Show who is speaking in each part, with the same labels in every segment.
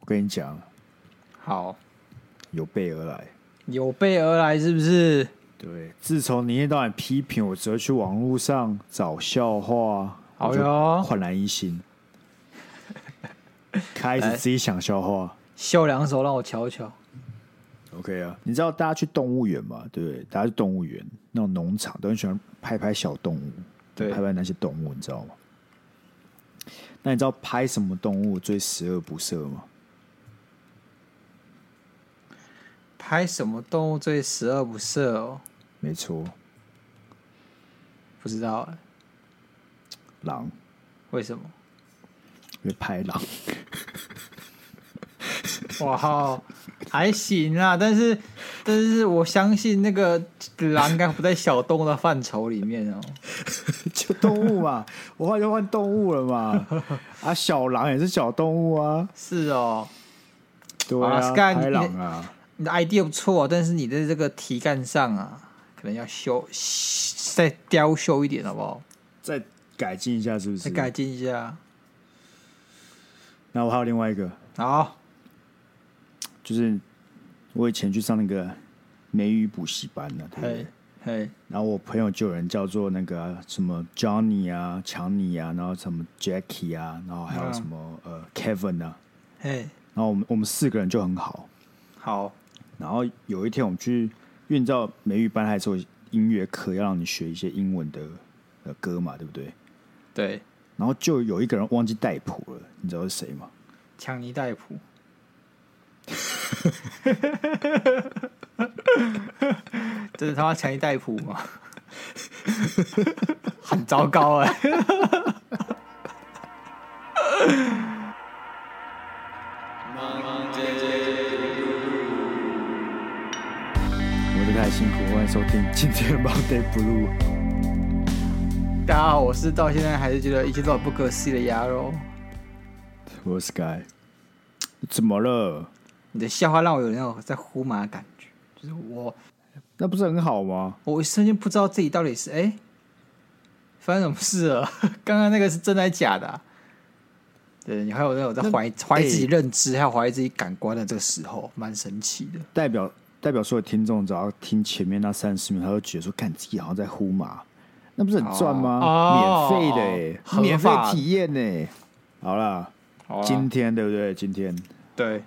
Speaker 1: 我跟你讲，
Speaker 2: 好，
Speaker 1: 有备而来。
Speaker 2: 有备而来是不是？
Speaker 1: 对，自从你一天到晚批评我，只会去网络上找笑话，
Speaker 2: 好
Speaker 1: 我就
Speaker 2: 哟
Speaker 1: 焕然一 新，开始自己想笑话。
Speaker 2: 秀两手让我瞧瞧。哎
Speaker 1: OK 啊，你知道大家去动物园嘛？对不对？大家去动物园那种农场都很喜欢拍拍小动物，
Speaker 2: 对
Speaker 1: 拍拍那些动物，你知道吗？那你知道拍什么动物最十恶不赦吗？
Speaker 2: 拍什么动物最十恶不赦哦？
Speaker 1: 没错，
Speaker 2: 不知道哎、
Speaker 1: 狼，
Speaker 2: 为什么？
Speaker 1: 因为拍狼。
Speaker 2: 哇靠，还行啦，但是但是我相信那个狼应该不在小动物的范畴里面哦。
Speaker 1: 就动物嘛， 我换就换动物了嘛。啊，小狼也是小动物啊，
Speaker 2: 是哦，
Speaker 1: 对
Speaker 2: 好
Speaker 1: 啊，
Speaker 2: 啦 Sky，你
Speaker 1: 拍狼啊，
Speaker 2: 你的 idea 不错，但是你的这个题干上啊，可能要修再雕修一点，好不好？
Speaker 1: 再改进一下是不
Speaker 2: 再
Speaker 1: 是？
Speaker 2: 改。进一下。
Speaker 1: 那我还有另外一个，
Speaker 2: 好，
Speaker 1: 就是我以前去上那个美语补习班呢、对不对
Speaker 2: 嘿，嘿，
Speaker 1: 然后我朋友就有人叫做那个啊、什么 Johnny 啊、强尼啊，然后什么 Jackie 啊，然后还有
Speaker 2: 嗯
Speaker 1: 什么、呃 Kevin 啊，
Speaker 2: 嘿，
Speaker 1: 然后我们我们四个人就很好。
Speaker 2: 好，
Speaker 1: 然后有一天我们去，因为你知道美语班还是有音乐课，要让你学一些英文的呃歌嘛，对不对？
Speaker 2: 对，
Speaker 1: 然后就有一个人忘记带谱了，你知道是谁吗？
Speaker 2: 强尼戴普， 真的他妈强尼戴普吗？ 很糟糕哎、
Speaker 1: 我真的太辛苦，欢迎收听今天的 Monday Blue。
Speaker 2: 大家好，我是到现在还是觉得一切都很不可思议的鸭肉。
Speaker 1: 我是 Sky，怎么了？
Speaker 2: 你的笑话让我有那种在呼麻的感觉，就是我
Speaker 1: 那不是很好吗？
Speaker 2: 我一瞬间不知道自己到底是哎、发生什么事了？ 刚刚那个是真的还是假的啊、对，你还有那种在怀怀疑自己认知，还有怀疑自己感官的这个时候，蛮神奇的。
Speaker 1: 代表代表所有听众，只要听前面那三十秒，他就觉得说，看自己好像在呼麻，那不是很赚吗？
Speaker 2: 哦
Speaker 1: 免费的、欸，
Speaker 2: 合法
Speaker 1: 免费体验呢、好啦，
Speaker 2: 好啊
Speaker 1: 今天对不对？今天
Speaker 2: 对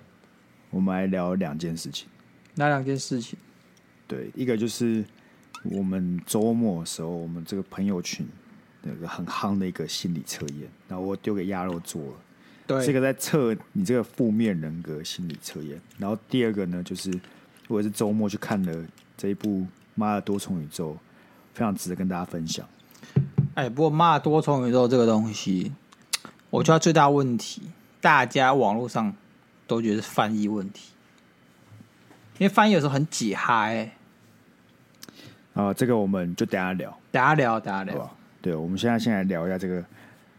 Speaker 1: 我们来聊两件事情。
Speaker 2: 那两件事情，
Speaker 1: 对，一个就是我们周末的时候，我们这个朋友群那个很夯的一个心理测验，然后我丢给鸭肉做了。
Speaker 2: 对
Speaker 1: 这个在测你这个负面人格心理测验。然后第二个呢，就是我也是周末去看了这一部《妈的多重宇宙》，非常值得跟大家分享。
Speaker 2: 哎、不过骂多重宇宙这个东西，我觉得它最大问题，大家网络上都觉得是翻译问题，因为翻译有时候很解嗨、欸。
Speaker 1: 啊、这个我们就等一下聊，
Speaker 2: 大家聊，大家
Speaker 1: 好不
Speaker 2: 聊
Speaker 1: 好，？对，我们现在先来聊一下这个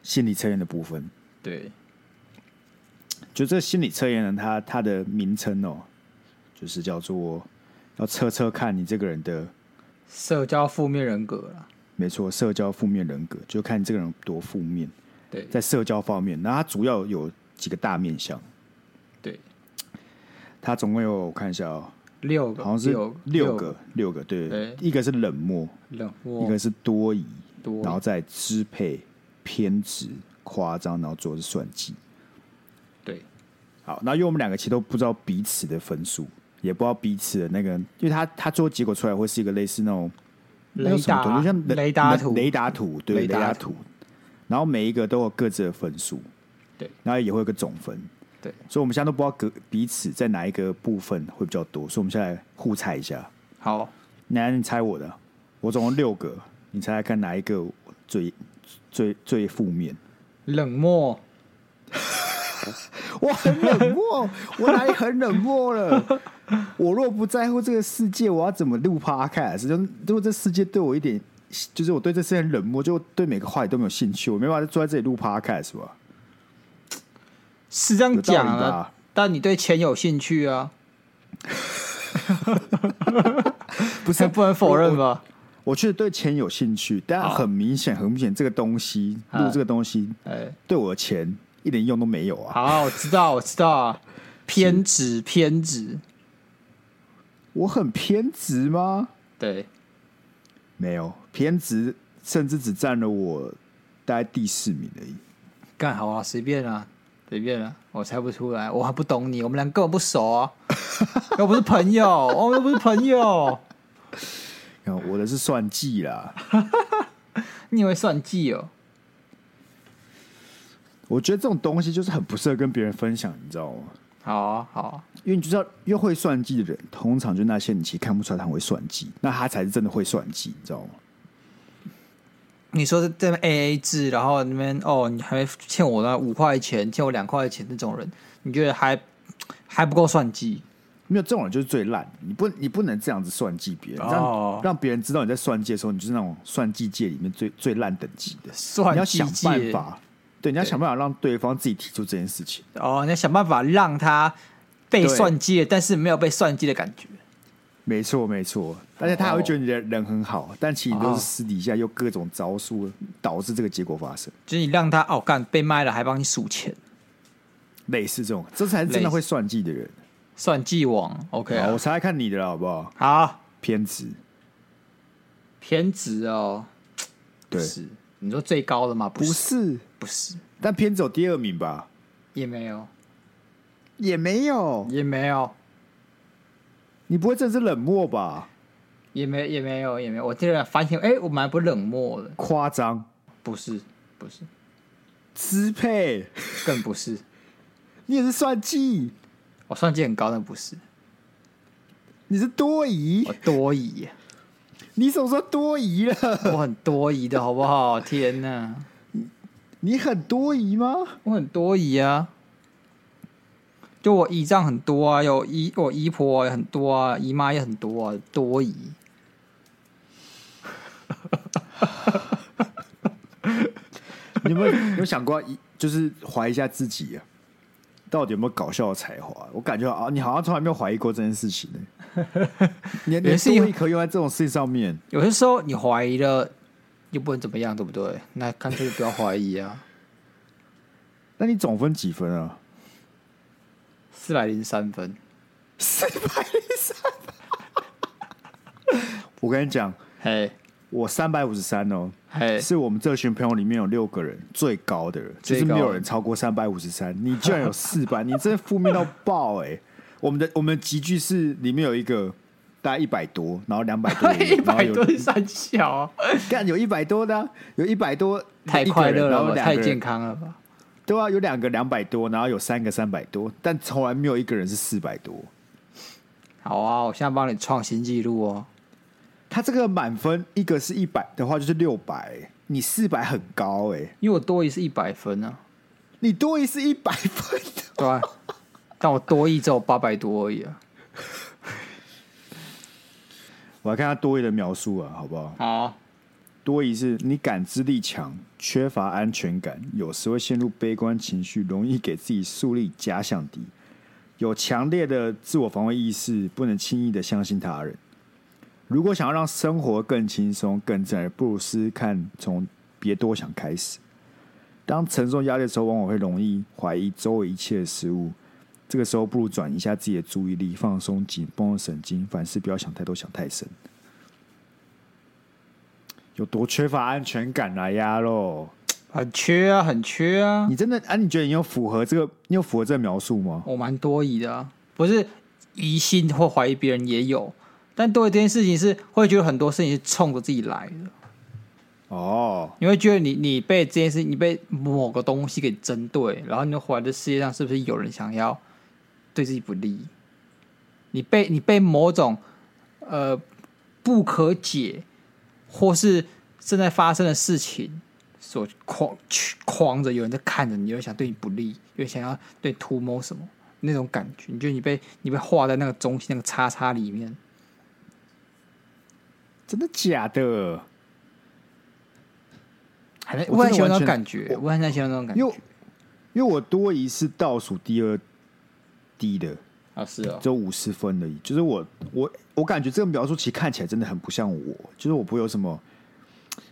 Speaker 1: 心理测验的部分。
Speaker 2: 对，
Speaker 1: 就这个心理测验呢，它它的名称哦，就是叫做要测测看你这个人的
Speaker 2: 社交负面人格了，
Speaker 1: 没错，社交负面人格，就看你这个人有多负面，
Speaker 2: 对
Speaker 1: 在社交方面，那它主要有几个大面向，
Speaker 2: 对，
Speaker 1: 它总共有我看一下哦，
Speaker 2: 六个，
Speaker 1: 好像是
Speaker 2: 六
Speaker 1: 六个，六个，对，
Speaker 2: 对
Speaker 1: 一个是冷漠，
Speaker 2: 冷
Speaker 1: 一
Speaker 2: 漠
Speaker 1: 个，是多疑，
Speaker 2: 多疑
Speaker 1: 然后再支配、偏执、夸张，然后最后是算计。
Speaker 2: 对
Speaker 1: 好，那因为我们两个其实都不知道彼此的分数，也不知道彼此的那个，因为它它最后结果出来会是一个类似那种那
Speaker 2: 雷达
Speaker 1: 种什么图就像雷
Speaker 2: 雷达图
Speaker 1: 雷雷达图，对，
Speaker 2: 雷
Speaker 1: 雷
Speaker 2: 达
Speaker 1: 达
Speaker 2: 图
Speaker 1: 图。然后每一个都有各自的分数，
Speaker 2: 对，
Speaker 1: 然后也会有个总分，
Speaker 2: 对，
Speaker 1: 所以我们现在都不知道各彼此在哪一个部分会比较多，所以我们现在互猜一下。
Speaker 2: 好，
Speaker 1: 那你猜我的，我总共六个，你猜猜看哪一个最最最负面？
Speaker 2: 冷漠，
Speaker 1: 我很冷漠，我哪里很冷漠了？ 我若不在乎这个世界，我要怎么录 podcast？就如果这世界对我一点，就是我对这世界很冷漠，就对每个话题都没有兴趣，我没办法坐在这里录 podcast 吧？
Speaker 2: 是这样
Speaker 1: 有道理
Speaker 2: 讲啊
Speaker 1: 吧，
Speaker 2: 但你对钱有兴趣啊，
Speaker 1: 不
Speaker 2: 这 不能否认吧？
Speaker 1: 我确实对钱有兴趣，但
Speaker 2: 好
Speaker 1: 很明显，很明显，这个东西录
Speaker 2: 嗯
Speaker 1: 这个东西
Speaker 2: 哎，
Speaker 1: 对我的钱一点用都没有啊！
Speaker 2: 好，我知道，我知道啊，偏执，偏执，
Speaker 1: 我很偏执吗？
Speaker 2: 对，
Speaker 1: 没有，偏执甚至只占了我大概第四名而已。
Speaker 2: 干好啊，随便啊，随便啊，我猜不出来，我还不懂你，我们俩根本不熟 啊，又不是朋友，我们又不是朋友，
Speaker 1: 然后我的是算计啦，
Speaker 2: 你以为算计哦？
Speaker 1: 我觉得这种东西就是很不适合跟别人分享，你知道吗？
Speaker 2: 好啊，好啊，
Speaker 1: 因为你知道，越会算计的人，通常就那些你其实看不出来他很会算计，那他才是真的会算计，你知道吗？
Speaker 2: 你说这边 A A 制，然后那边哦，你还欠我那五块钱，欠我两块钱那种人，你觉得还还不够算计？
Speaker 1: 没有这种人就是最烂，你不你不能这样子算计别人，让、
Speaker 2: 哦
Speaker 1: 让别人知道你在算计的时候，你就是那种算计界里面最最烂等级的。你
Speaker 2: 算
Speaker 1: 要
Speaker 2: 计
Speaker 1: 想办
Speaker 2: 界
Speaker 1: 法，对，你要想办法让对方自己提出这件事情。
Speaker 2: 哦，你要想办法让他被
Speaker 1: 对
Speaker 2: 算计，但是没有被算计的感觉。
Speaker 1: 没错，没
Speaker 2: 哦
Speaker 1: 错，而且他还会觉得你的人很好，但其实你都是私底下用各种招数导致这个结果发生，
Speaker 2: 就是你让他哦干被卖了，还帮你数钱，
Speaker 1: 类似这种，这才是真
Speaker 2: 类
Speaker 1: 的
Speaker 2: 似
Speaker 1: 会算计的人。
Speaker 2: 算计王，OK
Speaker 1: 好
Speaker 2: 啊
Speaker 1: 我，猜看你的了，好不好？
Speaker 2: 好
Speaker 1: 偏执，
Speaker 2: 偏执哦，
Speaker 1: 对，
Speaker 2: 是你说最高的吗？不
Speaker 1: 不
Speaker 2: 是，
Speaker 1: 是，
Speaker 2: 不是，
Speaker 1: 但偏走第二名吧，
Speaker 2: 也没有，
Speaker 1: 也没有，
Speaker 2: 也没有，
Speaker 1: 你不会真的是冷漠吧？
Speaker 2: 也没也没有，也没有。我突然发现，哎，我蛮不冷漠的，
Speaker 1: 夸张，
Speaker 2: 不是，不是，
Speaker 1: 支配，
Speaker 2: 更不是。
Speaker 1: 你也是算计，
Speaker 2: 我算计很高，但不是，
Speaker 1: 你是多疑
Speaker 2: 我，多疑，
Speaker 1: 你什么时候多疑了？
Speaker 2: 我很多疑的好不好？天哪，
Speaker 1: 你很多疑吗？
Speaker 2: 我很多疑啊，就我姨丈很多啊，有姨我姨婆也很多啊，姨妈也很多啊，多疑。
Speaker 1: 你有没有有没有想过，就是怀疑一下自己啊，到底有没有搞笑的才华？我感觉啊，你好像从来没有怀疑过这件事情呢、 你你
Speaker 2: 也是有
Speaker 1: 多疑可以用在这种事情上面，
Speaker 2: 有些时候你怀疑了，又不能怎么样，对不对？那干脆就不要怀疑啊。
Speaker 1: 那你总分几分啊？
Speaker 2: 四百零三分，
Speaker 1: 四百零三。我跟你讲，
Speaker 2: 嘿，
Speaker 1: 我三百五十三哦，
Speaker 2: 嘿，
Speaker 1: 是我们这群朋友里面有六个人最高的人，就是
Speaker 2: 最高，
Speaker 1: 没有人超过三百五十三。你居然有四百，你真的负面到爆哎、我们的我们集聚是里面有一个大概一百多，然后两百多然
Speaker 2: 一
Speaker 1: 后
Speaker 2: 百
Speaker 1: 有
Speaker 2: 多是三小啊，
Speaker 1: 干有一百多的啊、有一百多
Speaker 2: 太快乐
Speaker 1: 一个人
Speaker 2: 了
Speaker 1: 然后
Speaker 2: 吧，
Speaker 1: 两个
Speaker 2: 太
Speaker 1: 人
Speaker 2: 健康了吧？
Speaker 1: 对啊，有两个两百多，然后有三个三百多，但从来没有一个人是四百多。
Speaker 2: 好啊，我现在帮你创新纪录哦。
Speaker 1: 他这个满分一个是一百的话就是六百、你四百很高哎、
Speaker 2: 因为我多疑是一百分啊，
Speaker 1: 你多一是一百分，
Speaker 2: 对吧、但我多疑只有八百多而已啊。
Speaker 1: 我来看他多一的描述啊，好不好？
Speaker 2: 好，
Speaker 1: 多疑是你感知力强，缺乏安全感，有时会陷入悲观情绪，容易给自己树立假想敌，有强烈的自我防卫意识，不能轻易的相信他人。如果想要让生活更轻松、更自然，不如试试看从别多想开始。当承受压力的时候，往往会容易怀疑周围一切的事物。这个时候，不如转移一下自己的注意力，放松紧绷的神经，凡事不要想太多、想太深。有多缺乏安全感啊来呀喽？
Speaker 2: 很缺啊，很缺啊。
Speaker 1: 你真的啊？你觉得你有符合这个？你有符合这个描述吗？
Speaker 2: 我蛮多疑的、啊，不是疑心或怀疑别人也有，但多疑这件事情是会觉得很多事情是冲着自己来的，
Speaker 1: 哦，
Speaker 2: 你会觉得你你被这件事，你被某个东西给针对，然后你就怀疑这世界上是不是有人想要对自己不利，你被你被某种呃不可解或是正在发生的事情所框去框着，有人在看着你，有人想对你不利，有人想要对你图谋什么那种感觉，你觉得你被你被画在那个中心那个叉叉里面，
Speaker 1: 真的假的？
Speaker 2: 还在
Speaker 1: 我真的
Speaker 2: 我很喜欢那
Speaker 1: 完全
Speaker 2: 种感觉，我很喜欢那种感
Speaker 1: 因
Speaker 2: 觉
Speaker 1: 为因为我多疑是倒数第二低的，
Speaker 2: 啊，是哦
Speaker 1: 只，有五十分而已。就是我我我感觉这个描述其实看起来真的很不像我，就是我不会有什么，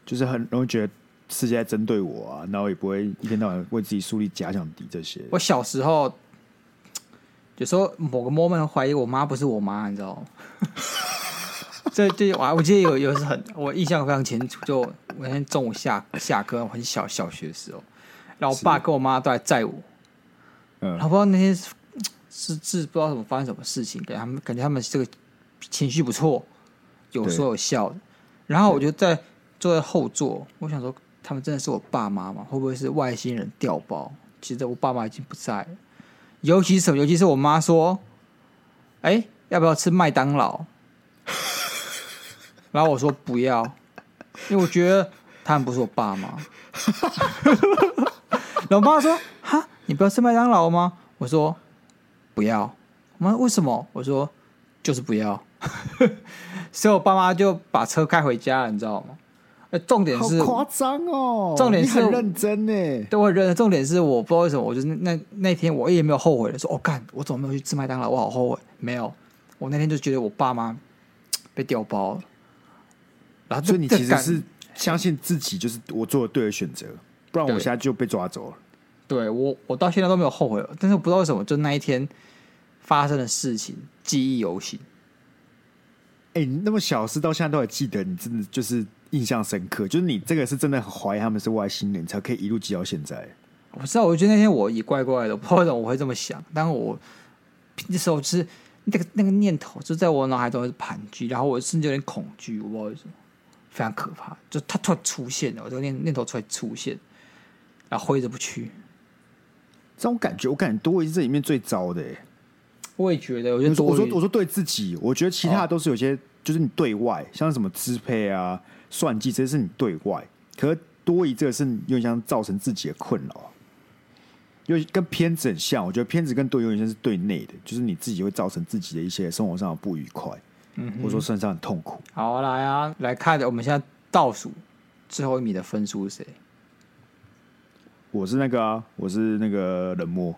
Speaker 1: 就是很容易觉得世界在针对我啊，然后也不会一天到晚为自己树立假想敌这些。
Speaker 2: 我小时候有时候某个 moment 怀疑我妈不是我妈，你知道吗？这对我还我记得有有是很我印象非常清楚，就我那天中午下下课，我很小小学的时候，然后我爸跟我妈都来载我，
Speaker 1: 嗯
Speaker 2: 然后不知道那天是是是不知道怎么发生什么事情，给他们感觉他们这个情绪不错，有说有笑的，然后我就在坐在后座，我想说他们真的是我爸妈吗？会不会是外星人调包？其实我爸妈已经不在了，尤其是什么？尤其是我妈说，哎、要不要吃麦当劳？然后我说不要，因为我觉得他们不是我爸妈。然后我妈说：“哈，你不要吃麦当劳吗？”我说：“不要。”我妈为什么？我说：“就是不要。” 所以我爸妈就把车开回家了，你知道吗？呃，重点
Speaker 1: 好
Speaker 2: 是，
Speaker 1: 夸张哦！
Speaker 2: 重点
Speaker 1: 你
Speaker 2: 是
Speaker 1: 很认真欸呢。
Speaker 2: 对，我认得。重点是我不知道为什么，我就是那那那天我一点没有后悔的，说：“哦，干，我怎么没有去吃麦当劳？我好后悔。”没有，我那天就觉得我爸妈被调包了。然后这
Speaker 1: 所以你其
Speaker 2: 这
Speaker 1: 实
Speaker 2: 感
Speaker 1: 是相信自己，就是我做的对的选择，不然我
Speaker 2: 对
Speaker 1: 现在就被抓走了。
Speaker 2: 对我，我到现在都没有后悔，但是我不知道为什么，就那一天发生的事情记忆犹新。
Speaker 1: 哎、你那么小的事到现在都还记得，你真的就是印象深刻，就是你这个是真的很怀疑他们是外星人，才可以一路记到现在。
Speaker 2: 我知道，我觉得那天我也怪怪的，我不知道为什么我会这么想，但我那时候就是那个那个念头就在我脑海中是盘踞，然后我甚至有点恐惧，我不知道为什么，非常可怕。就它突然出现了，我这个念念头突然出现，然后挥之不去。
Speaker 1: 这种感觉，我感觉多维是这里面最糟的、欸。
Speaker 2: 我也觉得，我
Speaker 1: 我
Speaker 2: 觉得
Speaker 1: 说，我
Speaker 2: 多
Speaker 1: 说，
Speaker 2: 余
Speaker 1: 我说对自己，我觉得其
Speaker 2: 哦
Speaker 1: 他的都是有些，就是你对外，像什么支配啊、算计，这些是你对外。可是多疑这个是有点像造成自己的困扰啊，因为跟偏执很像。我觉得偏执跟多疑有点像是对内的，就是你自己会造成自己的一些生活上的不愉快，
Speaker 2: 嗯
Speaker 1: 或者说身上很痛苦。
Speaker 2: 好来啊，来看我们现在倒数最后一米的分数是谁？
Speaker 1: 我是那个啊，我是那个冷漠，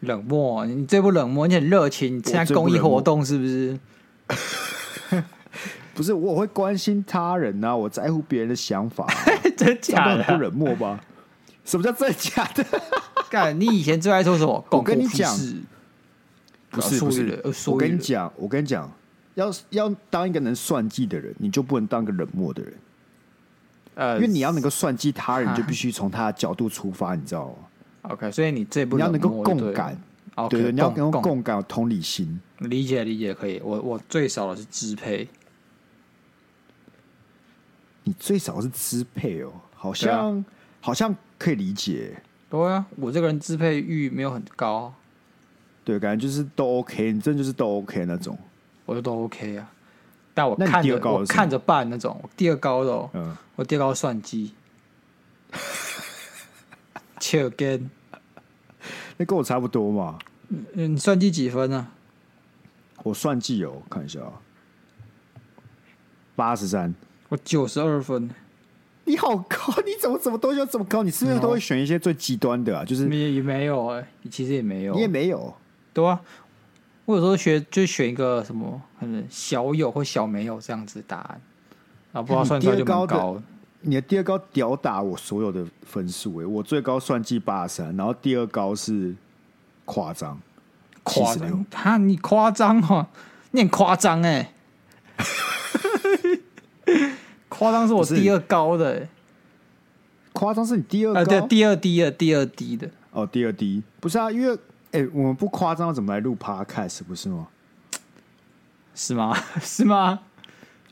Speaker 2: 冷漠，你最不冷漠，你很热情，你参加公益活动是不是？
Speaker 1: 不是我会关心他人啊，我在乎别人的想法啊、
Speaker 2: 真
Speaker 1: 这样
Speaker 2: 假
Speaker 1: 都
Speaker 2: 的
Speaker 1: 很
Speaker 2: 啊
Speaker 1: 不？冷漠吧？什么叫真的假的？
Speaker 2: 干，你以前最爱说什么？
Speaker 1: 我跟你
Speaker 2: 巩固
Speaker 1: 讲
Speaker 2: 屁事
Speaker 1: 不
Speaker 2: 啊
Speaker 1: 是
Speaker 2: 说
Speaker 1: 不
Speaker 2: 语
Speaker 1: 是
Speaker 2: 了呃，说
Speaker 1: 我
Speaker 2: 语
Speaker 1: 跟你
Speaker 2: 了
Speaker 1: 讲，我跟你讲，要要当一个能算计的人，你就不能当个冷漠的人，
Speaker 2: 呃
Speaker 1: 因为你要能够算计他 人，
Speaker 2: 啊
Speaker 1: 你就必须从他的角度出发，你知道吗？
Speaker 2: OK，所以你最不
Speaker 1: 你要
Speaker 2: 冷
Speaker 1: 能
Speaker 2: 漠
Speaker 1: 够
Speaker 2: 就
Speaker 1: 共
Speaker 2: 对了
Speaker 1: 感，
Speaker 2: ，OK，
Speaker 1: 对对，你要能够
Speaker 2: 共
Speaker 1: 共感、有同理心。
Speaker 2: 理解理解可以。我我最少的是支配，
Speaker 1: 你最少是支配哦，好
Speaker 2: 对啊
Speaker 1: 像好像可以理解，
Speaker 2: 对啊，我这个人支配欲没有很高，
Speaker 1: 对，感觉就是都 OK，你真的就是都 OK 那种，
Speaker 2: 我就都 OK 啊。但我
Speaker 1: 那你
Speaker 2: 看
Speaker 1: 第
Speaker 2: 着
Speaker 1: 二高
Speaker 2: 我
Speaker 1: 是什么
Speaker 2: 看着办那种，我第二高的哦、
Speaker 1: 嗯。
Speaker 2: 我第二高算计，切根，
Speaker 1: 那跟我差不多嘛。
Speaker 2: 嗯，你算计几分呢、啊？
Speaker 1: 我算计哦，看一下啊，八十三。
Speaker 2: 我九十二分，
Speaker 1: 你好高，你怎么怎么都有这么高？你是不是都会选一些最极端的啊？就是
Speaker 2: 也也没有哎、其实也没有，
Speaker 1: 你也没有，
Speaker 2: 对啊。我有时候学就选一个什么，可能小有或小没有这样子的答案，啊，不知道算出来
Speaker 1: 哎
Speaker 2: 就
Speaker 1: 你第
Speaker 2: 蛮
Speaker 1: 二高的
Speaker 2: 高的。
Speaker 1: 你的第二高吊打我所有的分数诶、欸我最高算计八十三，然后第二高是夸张，
Speaker 2: 夸
Speaker 1: 76
Speaker 2: 张，哈，你夸张哦，你很夸张哎，夸张是我
Speaker 1: 不是
Speaker 2: 第二高的、欸，
Speaker 1: 夸张是你第二高、
Speaker 2: 呃，对，第二低的，第二低的，
Speaker 1: 哦，第二低不是啊，因为诶、我们不夸张怎么来录 podcast 不是吗？
Speaker 2: 是吗？ 是吗？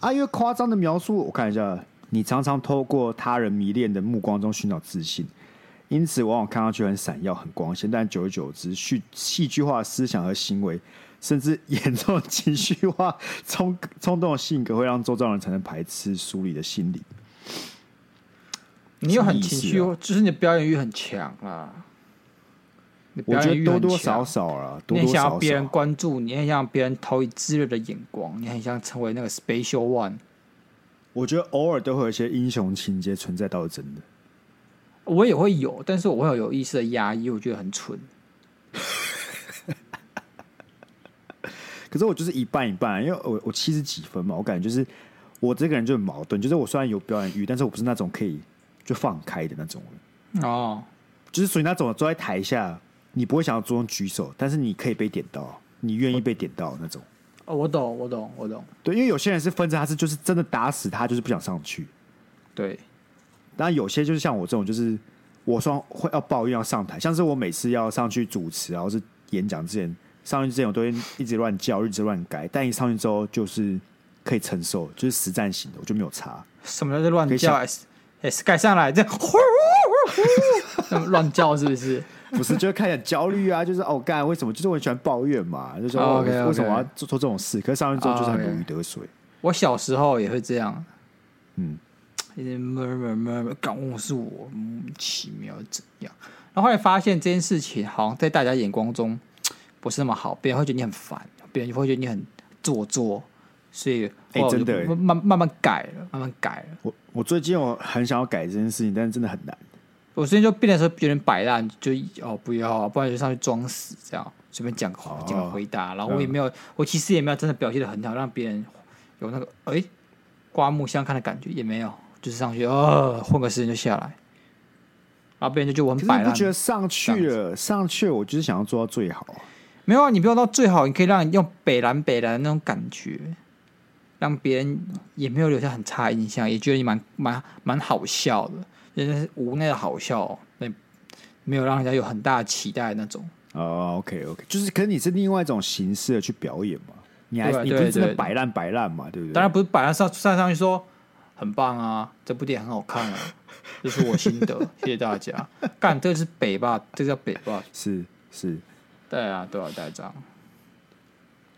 Speaker 1: 啊，因为夸张的描述，我看一下，你常常透过他人迷恋的目光中寻找自信，因此往往看上去很闪耀、很光鲜，但久而久之，戏戏剧化的思想和行为，甚至严重的情绪化、 冲冲动的性格，会让周遭人产生排斥、疏离的心理。
Speaker 2: 你有很
Speaker 1: 什么意思
Speaker 2: 情
Speaker 1: 啊
Speaker 2: 绪，就是你的表演欲很强啊。你
Speaker 1: 我
Speaker 2: 表
Speaker 1: 觉
Speaker 2: 演
Speaker 1: 得
Speaker 2: 欲很
Speaker 1: 多
Speaker 2: 强
Speaker 1: 多少
Speaker 2: 啊
Speaker 1: 少啦，多
Speaker 2: 你很
Speaker 1: 多
Speaker 2: 嗯想要
Speaker 1: 少啊
Speaker 2: 别人
Speaker 1: 少。
Speaker 2: 关注你，你很想要别人投以炙热的眼光，你很想成为那个 special one。
Speaker 1: 我觉得偶尔都会有一些英雄情节存在，到是真的。
Speaker 2: 我也会有，但是我会有有意识的压抑，我觉得很蠢。
Speaker 1: 可是我就是一半一半，啊因为我我七十几分嘛，我感觉就是我这个人就很矛盾，就是我虽然有表演欲，但是我不是那种可以就放开的那种人，
Speaker 2: 哦，
Speaker 1: 就是属于那种坐在台下，你不会想要主动举手，但是你可以被点到，你愿意被点到的那种。
Speaker 2: 哦，我懂，我懂，我懂。
Speaker 1: 对，因为有些人是分着，他是就是真的打死他，就是不想上去。
Speaker 2: 对，
Speaker 1: 然后有些就是像我这种，就是我说会要抱怨要上台，像是我每次要上去主持，然后是演讲之前，上去之前我都会一直乱叫，一直乱改，但一上去之后就是可以承受，就是实战型的，我就没有差。
Speaker 2: 什么叫做乱叫
Speaker 1: 可
Speaker 2: ？S S 盖上来这样，呼呼呼呼， 那么乱叫是不是？
Speaker 1: 不是，就是看起来焦虑啊，就是哦干，为什么？就是我很喜欢抱怨嘛，就说、
Speaker 2: 哦
Speaker 1: 哦
Speaker 2: OK，OK 哦
Speaker 1: 为什么我要做做这种事？可是上去之后就是很如鱼得水。
Speaker 2: 我小时候也会这样，
Speaker 1: 嗯，
Speaker 2: 一直 murmur murmur，感悟是我莫名其妙怎样？然后后来发现这件事情好像在大家眼光中不是那么好，别人会觉得你很烦，别人会觉得你很做作，所以
Speaker 1: 哎
Speaker 2: 后来我
Speaker 1: 真的
Speaker 2: 就
Speaker 1: 哎
Speaker 2: 慢慢慢改了，慢慢改了。
Speaker 1: 我我最近我很想要改这件事情，但是真的很难。
Speaker 2: 我最近就变得说有点摆烂，就哦不要啊，不然就上去装死这样，随便讲个话
Speaker 1: 哦嗯
Speaker 2: 讲个回答，然后我也没有，我其实也没有真的表现的很好，让别人有那个哎、刮目相看的感觉也没有，就是上去哦混个时间就下来，然后别人就觉得我
Speaker 1: 可
Speaker 2: 很
Speaker 1: 是
Speaker 2: 摆
Speaker 1: 你不
Speaker 2: 烂
Speaker 1: 觉，得上去了，上去了，我就是想要做到最好啊。
Speaker 2: 没有啊，你不要到最好，你可以让你用北蓝北蓝的那种感觉，让别人也没有留下很差的印象，也觉得你蛮蛮蛮好笑的，人家是无奈的好笑、哦，那没有让人家有很大的期待的那种。
Speaker 1: 哦，OK OK，就是，可是你是另外一种形式的去表演嘛？你还
Speaker 2: 对啊
Speaker 1: 你不是
Speaker 2: 对
Speaker 1: 真的
Speaker 2: 对
Speaker 1: 摆烂摆烂嘛？对不对？
Speaker 2: 当然不是摆上上上上去说很棒啊，这部电影很好看啊， 这是我心得，谢谢大家。干，这是北吧，这叫北吧？
Speaker 1: 是是，
Speaker 2: 对啊，对啊，对啊，这样。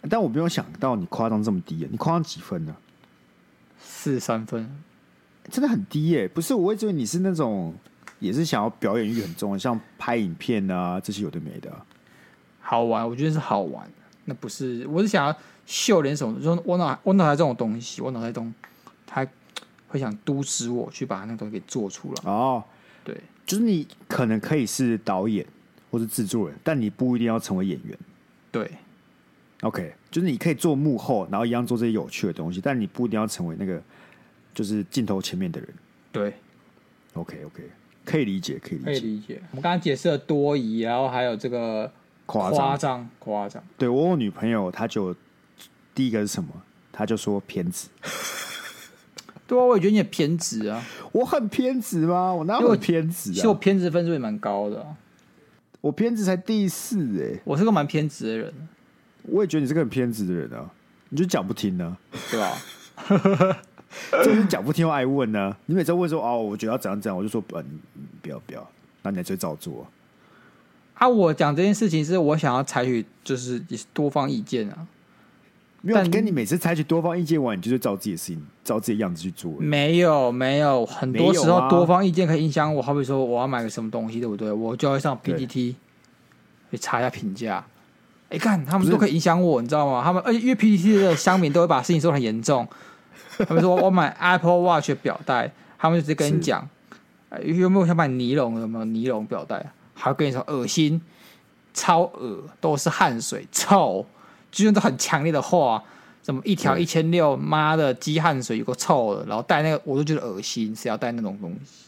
Speaker 1: 但我没有想到你夸张这么低耶，你夸张几分呢、
Speaker 2: 四十三分，
Speaker 1: 真的很低耶、不是，我一直以为你是那种也是想要表演欲很重的，像拍影片啊这些有的没的啊、
Speaker 2: 好玩，我觉得是好玩。那不是，我是想要秀点什么，就是我脑我脑袋这种东西，我脑袋中他会想督使我去把那个东西给做出来。
Speaker 1: 哦，
Speaker 2: 对，
Speaker 1: 就是你可能可以是导演或是制作人，但你不一定要成为演员。
Speaker 2: 对，
Speaker 1: OK，就是你可以做幕后，然后一样做这些有趣的东西，但你不一定要成为那个就是镜头前面的人。
Speaker 2: 对，
Speaker 1: OK OK，可以理解，可以
Speaker 2: 可
Speaker 1: 理
Speaker 2: 以
Speaker 1: 解。
Speaker 2: 理解。我们刚刚解释了多疑，然后还有这个
Speaker 1: 夸
Speaker 2: 夸
Speaker 1: 张，
Speaker 2: 张，夸张。
Speaker 1: 对我有女朋友，她就第一个是什么？她就说偏 执。
Speaker 2: 对啊，我也觉得你很偏执啊。
Speaker 1: 我很偏执吗？我哪
Speaker 2: 因为
Speaker 1: 有
Speaker 2: 我
Speaker 1: 很偏执
Speaker 2: 其实我
Speaker 1: 啊？
Speaker 2: 偏执分数也蛮高的啊、
Speaker 1: 我偏执才第四哎、
Speaker 2: 我是个蛮偏执的人，
Speaker 1: 我也觉得你是个很偏执的人啊，你就讲不听呢、
Speaker 2: 对吧？
Speaker 1: 啊，就是讲不听又爱问呢、你每次问说哦，我觉得要怎样怎样，我就说嗯、嗯不要不要，那你还最照做、啊。
Speaker 2: 啊，我讲这件事情是我想要采取就是也是多方意见啊，
Speaker 1: 没有
Speaker 2: 但
Speaker 1: 跟你每次采取多方意见完，你就是照自己的事情，照自己的样子去做。
Speaker 2: 没有没有，很多时
Speaker 1: 没有
Speaker 2: 候
Speaker 1: 啊
Speaker 2: 多方意见可以影响我，好比说我要买个什么东西，对不对？我就要上
Speaker 1: 对
Speaker 2: PPT 去查一下评价。哎，看他
Speaker 1: 不
Speaker 2: 们
Speaker 1: 是
Speaker 2: 都可以影响我，你知道吗？他们而且因为 PPT 的乡民都会把事情说得很严重，他们说我买 Apple Watch 的表带，他们就直接跟你
Speaker 1: 是
Speaker 2: 讲，哎有没有想买尼龙的？有没有尼龙表带？还跟你说恶心、超恶，都是汗水，臭，就用这很强烈的话，怎么一条
Speaker 1: 对
Speaker 2: 一千六，妈的鸡汗水有个臭的，然后带那个我都觉得恶心，谁要带那种东西？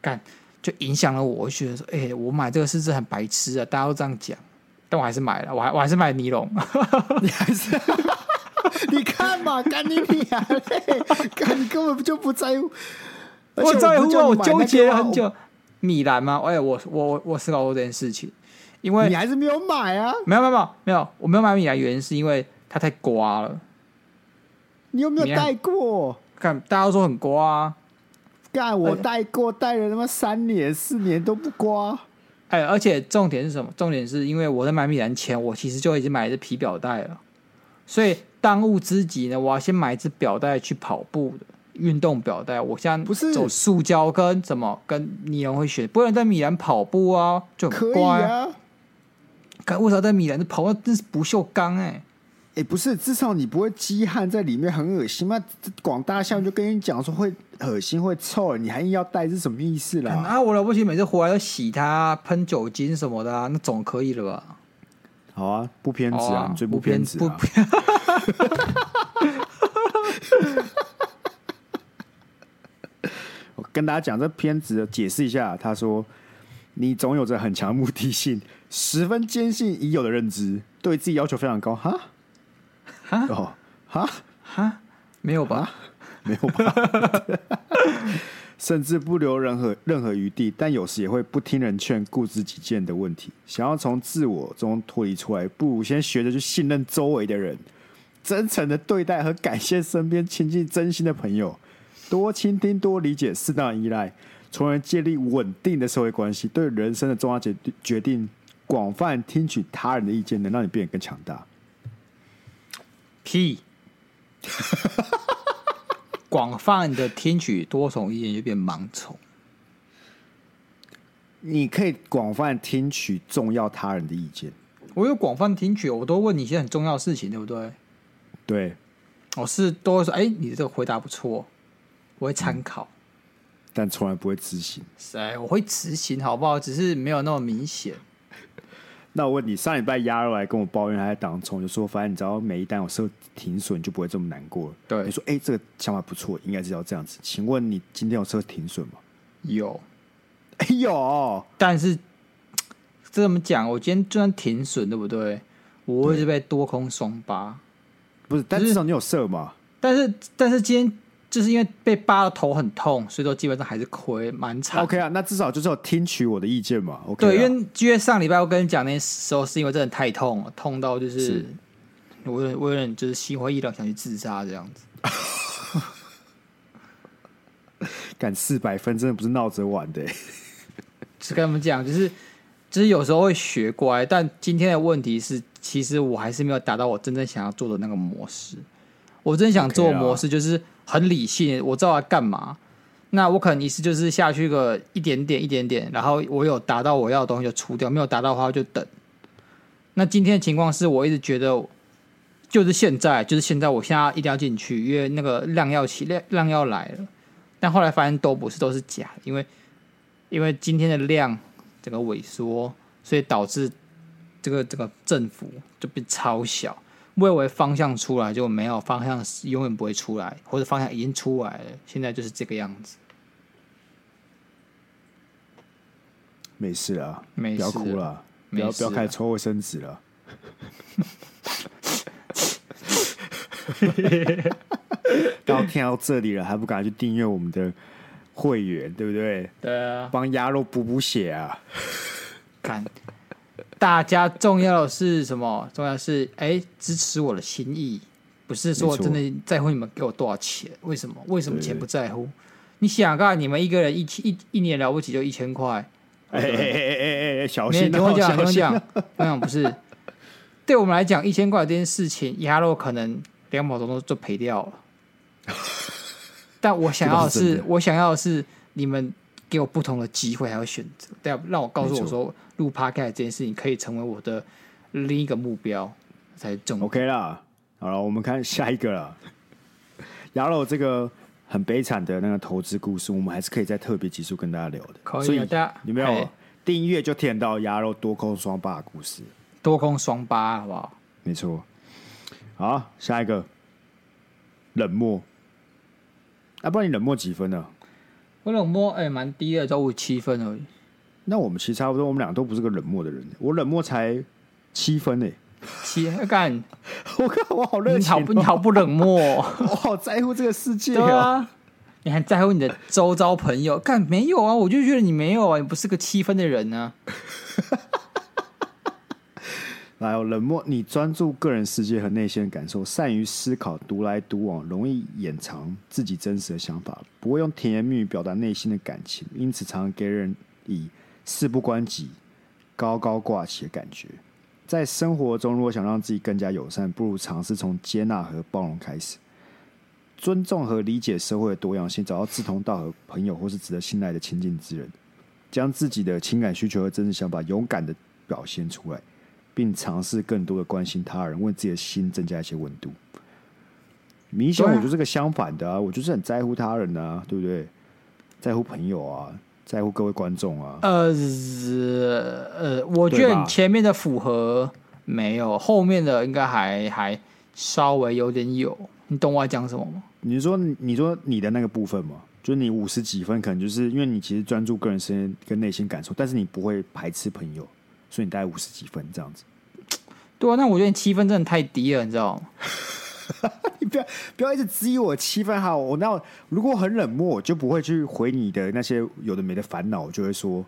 Speaker 2: 干就影响了我，我就觉得说，哎、我买这个是不是很白痴啊？大家都这样讲，但我还是买了，我还我还是买尼龙，
Speaker 1: 你还是 你看嘛，干你屁啊！干你根本就不在乎，而
Speaker 2: 我
Speaker 1: 且
Speaker 2: 在乎
Speaker 1: 不是叫
Speaker 2: 啊，我
Speaker 1: 你买那个
Speaker 2: 纠结了
Speaker 1: 吗
Speaker 2: 很，久。米兰吗？哎、我我我我思考过这件事情，因
Speaker 1: 我
Speaker 2: 为
Speaker 1: 你还是没有买啊？
Speaker 2: 没有没有没有没有，我没有买米兰，原因是因为它太刮了。
Speaker 1: 你有没
Speaker 2: 你
Speaker 1: 有
Speaker 2: 看
Speaker 1: 带过？
Speaker 2: 看大家都说很刮、啊，
Speaker 1: 干我
Speaker 2: 哎
Speaker 1: 带过，带了他妈三年四年都不刮。
Speaker 2: 哎、而且重点是什么？重点是因为我在买米兰前，我其实就已经买了一只皮表带了，所以当务之急呢，我要先买一只表带去跑步的运动表带。我现在
Speaker 1: 不是
Speaker 2: 走塑胶跟什么跟尼龙会选，不能在米兰跑步啊，就
Speaker 1: 可
Speaker 2: 很
Speaker 1: 以
Speaker 2: 乖、
Speaker 1: 啊，
Speaker 2: 干为啥在米兰跑？那真是不锈钢哎、
Speaker 1: 哎、不是，至少你不会积汗在里面，很恶心嘛。这广大校就跟你讲说会恶心会臭，你还硬要带是什么意思
Speaker 2: 干
Speaker 1: 啦？
Speaker 2: 啊，我了不起，每次回来都洗它、喷酒精什么的、啊，那总可以了吧？
Speaker 1: 好啊，不偏执
Speaker 2: 哦
Speaker 1: 啊，你最不偏执
Speaker 2: 不
Speaker 1: 啊。
Speaker 2: 偏。
Speaker 1: 我跟大家讲，这偏执的解释一下，他说你总有着很强目的性，十分坚信已有的认知，对自己要求非常高，哈
Speaker 2: 哈
Speaker 1: 哦哈
Speaker 2: 哈，啊没有吧？
Speaker 1: 没有吧，甚至不留任何任何余地，但有时也会不听人劝、固执己见的问题。想要从自我中脱离出来，不如先学着去信任周围的人，真诚的对待和感谢身边亲近、真心的朋友，多倾听、多理解、适当的依赖，从而建立稳定的社会关系。对人生的重要决决定，广泛听取他人的意见，能让你变得更强大。
Speaker 2: 屁！ 广泛的听取多重意见就变盲从，
Speaker 1: 你可以广泛听取重要他人的意见，
Speaker 2: 我有广泛听取，我都问你一些很重要的事情，对不对？
Speaker 1: 对，
Speaker 2: 我是都会说，哎、你这个回答不错，我会参考，
Speaker 1: 但从来不会执行。
Speaker 2: 哎，我会执行，好不好？只是没有那么明显。
Speaker 1: 那我问你，上礼拜鸭肉来跟我抱怨他在当冲，就说反正你只要每一单有设停损，你就不会这么难过了。
Speaker 2: 对
Speaker 1: 你说哎、这个想法不错，应该是要这样子。请问你今天有设停损吗？
Speaker 2: 有，
Speaker 1: 哎、有，
Speaker 2: 但是这么讲，我今天就算停损，对不对？我会是被多空双八，
Speaker 1: 不是，但
Speaker 2: 就是
Speaker 1: 至少你有设嘛。
Speaker 2: 但是但是今天就是因为被扒的头很痛，所以说基本上还是亏蛮惨。
Speaker 1: OK 啊，那至少就是有听取我的意见嘛。OK，啊、
Speaker 2: 对，因为因为上礼拜我跟你讲那时候是因为真的太痛了，痛到就是
Speaker 1: 是
Speaker 2: 我有点我有点就是心灰意冷，想去自杀这样子。
Speaker 1: 干四百分真的不是闹着玩的、欸
Speaker 2: 是跟他们讲，就是就是有时候会学乖，但今天的问题是，其实我还是没有达到我真正想要做的那个模式。我真想做
Speaker 1: OK
Speaker 2: 的
Speaker 1: 啦
Speaker 2: 模式就是很理性，我知道要干嘛。那我可能一次就是下去个一点点一点点，然后我有达到我要的东西就出掉，没有达到的话就等。那今天的情况是我一直觉得就是现在，就是现在，我现在一定要进去，因为那个量要起量量要来了。但后来发现都不是，都是假的，因为因为今天的量整个萎缩，所以导致这个这个振幅就变超小。我以为方向出来就没有方向，永远不会出来，或者方向已经出来了，现在就是这个样子。
Speaker 1: 没事啦，
Speaker 2: 没
Speaker 1: 不要
Speaker 2: 事
Speaker 1: 哭啦，不要
Speaker 2: 没事
Speaker 1: 不要开始抽卫生纸 了。到听到这里了，还不赶快去订阅我们的会员，对不对？
Speaker 2: 对啊，
Speaker 1: 帮鸭肉补补血啊！
Speaker 2: 看，大家重要的是什么？重要的是哎、支持我的心意，不是说
Speaker 1: 没错
Speaker 2: 真的在乎你们给我多少钱？为什么？为什么
Speaker 1: 对
Speaker 2: 钱不在乎？你想啊，你们一个人一一一年了不起就一千块，
Speaker 1: 哎哎哎哎哎哎，小
Speaker 2: 没
Speaker 1: 心
Speaker 2: 有
Speaker 1: 哦！
Speaker 2: 听我讲，听
Speaker 1: 小
Speaker 2: 我
Speaker 1: 心哦
Speaker 2: 讲，我讲 不是，对我们来讲，一千块这件事情，鸭肉可能两毛钟都就赔掉了。但我想要的
Speaker 1: 这个是
Speaker 2: 是，
Speaker 1: 真的
Speaker 2: 我想要的是你们给我不同的机会还有选择，对啊，让我告诉
Speaker 1: 没
Speaker 2: 我
Speaker 1: 错
Speaker 2: 说录 p o d 这件事情可以成为我的另一个目标才是重要。
Speaker 1: OK 啦，好了，我们看下一个了。鸭肉这个很悲惨的那个投资故事，我们还是可以在特别集数跟大家聊的。
Speaker 2: 可以啊
Speaker 1: 所以
Speaker 2: 大家
Speaker 1: 有没有
Speaker 2: 嘿
Speaker 1: 订阅就听得到鸭肉多空双霸的故事？
Speaker 2: 多空双八，好不好？
Speaker 1: 没错。好，下一个冷漠。啊，不然你冷漠几分呢？
Speaker 2: 我冷漠哎，蛮低的，只有五七分而已。
Speaker 1: 那我们其实差不多，我们俩都不是个冷漠的人。我冷漠才七分呢、
Speaker 2: 七干，
Speaker 1: 我靠，我好热
Speaker 2: 你
Speaker 1: 情、
Speaker 2: 好
Speaker 1: 哦
Speaker 2: 不，你好不冷漠哦、
Speaker 1: 我好在乎这个世界、
Speaker 2: 对
Speaker 1: 哦。
Speaker 2: 啊，你还在乎你的周遭朋友？ 干没有啊？我就觉得你没有啊，你不是个七分的人啊呢、
Speaker 1: 来、哦，冷漠，你专注个人世界和内心的感受，善于思考，独来独往，容易掩藏自己真实的想法，不会用甜言蜜语表达内心的感情，因此常常给人以事不关己、高高挂起的感觉。在生活中，如果想让自己更加友善，不如尝试从接纳和包容开始，尊重和理解社会的多样性，找到志同道合朋友或是值得信赖的亲近之人，将自己的情感需求和真实想法勇敢的表现出来。并尝试更多的关心他人，为自己的心增加一些温度。明显
Speaker 2: 对啊
Speaker 1: 我就是个相反的啊，我就是很在乎他人啊，对不对？在乎朋友啊，在乎各位观众啊。
Speaker 2: 呃呃，我觉
Speaker 1: 对
Speaker 2: 得
Speaker 1: 吧
Speaker 2: 你前面的符合没有，后面的应该还还稍微有点有。你懂我在讲什么吗？
Speaker 1: 你说，你说你的那个部分嘛，就是你五十几分，可能就是因为你其实专注个人时间跟内心感受，但是你不会排斥朋友，所以你大概五十几分这样子。
Speaker 2: 对啊，那我觉得你七分真的太低了，你知道吗？
Speaker 1: 你不要不要一直质疑我七分好，我那如果很冷漠，我就不会去回你的那些有的没的烦恼，我就会说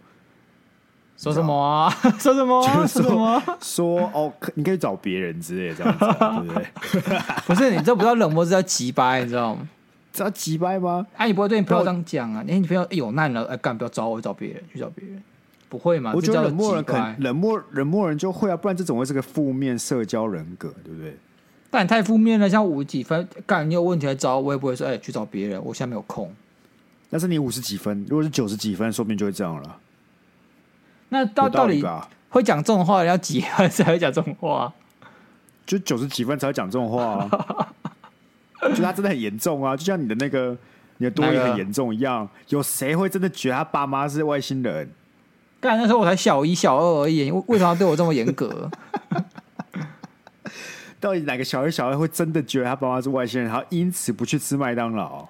Speaker 2: 说什么啊？ 说什么啊？
Speaker 1: 就是
Speaker 2: 说什么啊？
Speaker 1: 说哦，可你可以找别人之类的这 样子啊、对不对？
Speaker 2: 不是你这不叫冷漠，这叫急掰，你知道吗？
Speaker 1: 这要击败吗？
Speaker 2: 哎、你不会对你朋友这样讲啊？哎、你朋友有难了，哎、干不要找我，找别人去找别人，不会嘛？
Speaker 1: 我觉
Speaker 2: 这
Speaker 1: 得
Speaker 2: 叫
Speaker 1: 冷漠
Speaker 2: 急
Speaker 1: 人可
Speaker 2: 掰
Speaker 1: 能冷漠冷漠人就会啊，不然这怎么会是个负面社交人格，对不对？
Speaker 2: 但你太负面了，像五几分，干你有问题来找我，我也不会说，哎、去找别人，我现在没有空。
Speaker 1: 但是你五十几分，如果是九十几分，说不定就会这样了。
Speaker 2: 那到
Speaker 1: 有道
Speaker 2: 到
Speaker 1: 理
Speaker 2: 底
Speaker 1: 吧？
Speaker 2: 会讲这种话的人要几分才会讲这种话？
Speaker 1: 就九十几分才会讲这种话、啊，就他真的很严重啊！就像你的那个你的多疑
Speaker 2: 哪个
Speaker 1: 很严重一样，有谁会真的觉得他爸妈是外星人？
Speaker 2: 干那时候我才小一、小二而已，为为什么要对我这么严 格？
Speaker 1: 到底哪个小孩小孩会真的觉得他爸妈是外星人，然后因此不去吃麦当劳？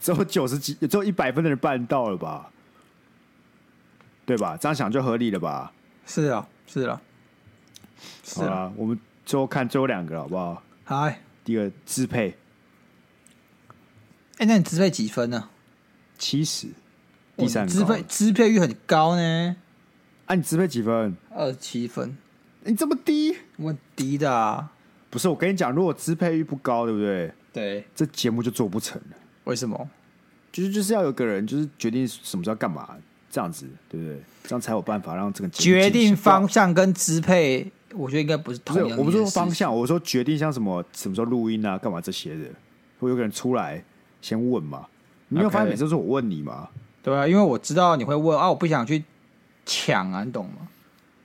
Speaker 1: 只有九十几，只有一百分的人办到了吧？对吧？这样想就合理了吧？
Speaker 2: 是啊，是啊，是
Speaker 1: 好
Speaker 2: 啊。
Speaker 1: 啦，我们最后看最后两个好不好？
Speaker 2: 嗨，哎、
Speaker 1: 第二支配
Speaker 2: 哎那你支配几分呢、
Speaker 1: 七十，
Speaker 2: 我
Speaker 1: 第三个
Speaker 2: 哦支配支配率很高呢，
Speaker 1: 啊，你支配几分？
Speaker 2: 二十七分，
Speaker 1: 你这么低？
Speaker 2: 我很低的、啊。
Speaker 1: 不是，我跟你讲，如果支配率不高，对不对？
Speaker 2: 对，
Speaker 1: 这节目就做不成了。
Speaker 2: 为什么？
Speaker 1: 就是就是要有个人，就是决定什么时候干嘛，这样子，对不对？这样才有办法让这个节目
Speaker 2: 决
Speaker 1: 进行
Speaker 2: 定方向跟支配，我觉得应该不是
Speaker 1: 不
Speaker 2: 同
Speaker 1: 是
Speaker 2: 样的，
Speaker 1: 我不是说方
Speaker 2: 事情，
Speaker 1: 向，我说决定像什么什么时候录音啊，干嘛这些的，会有个人出来先问嘛。你没有
Speaker 2: OK
Speaker 1: 发现每次都是我问你吗？
Speaker 2: 对啊，因为我知道你会问啊，我不想去抢啊，你懂吗？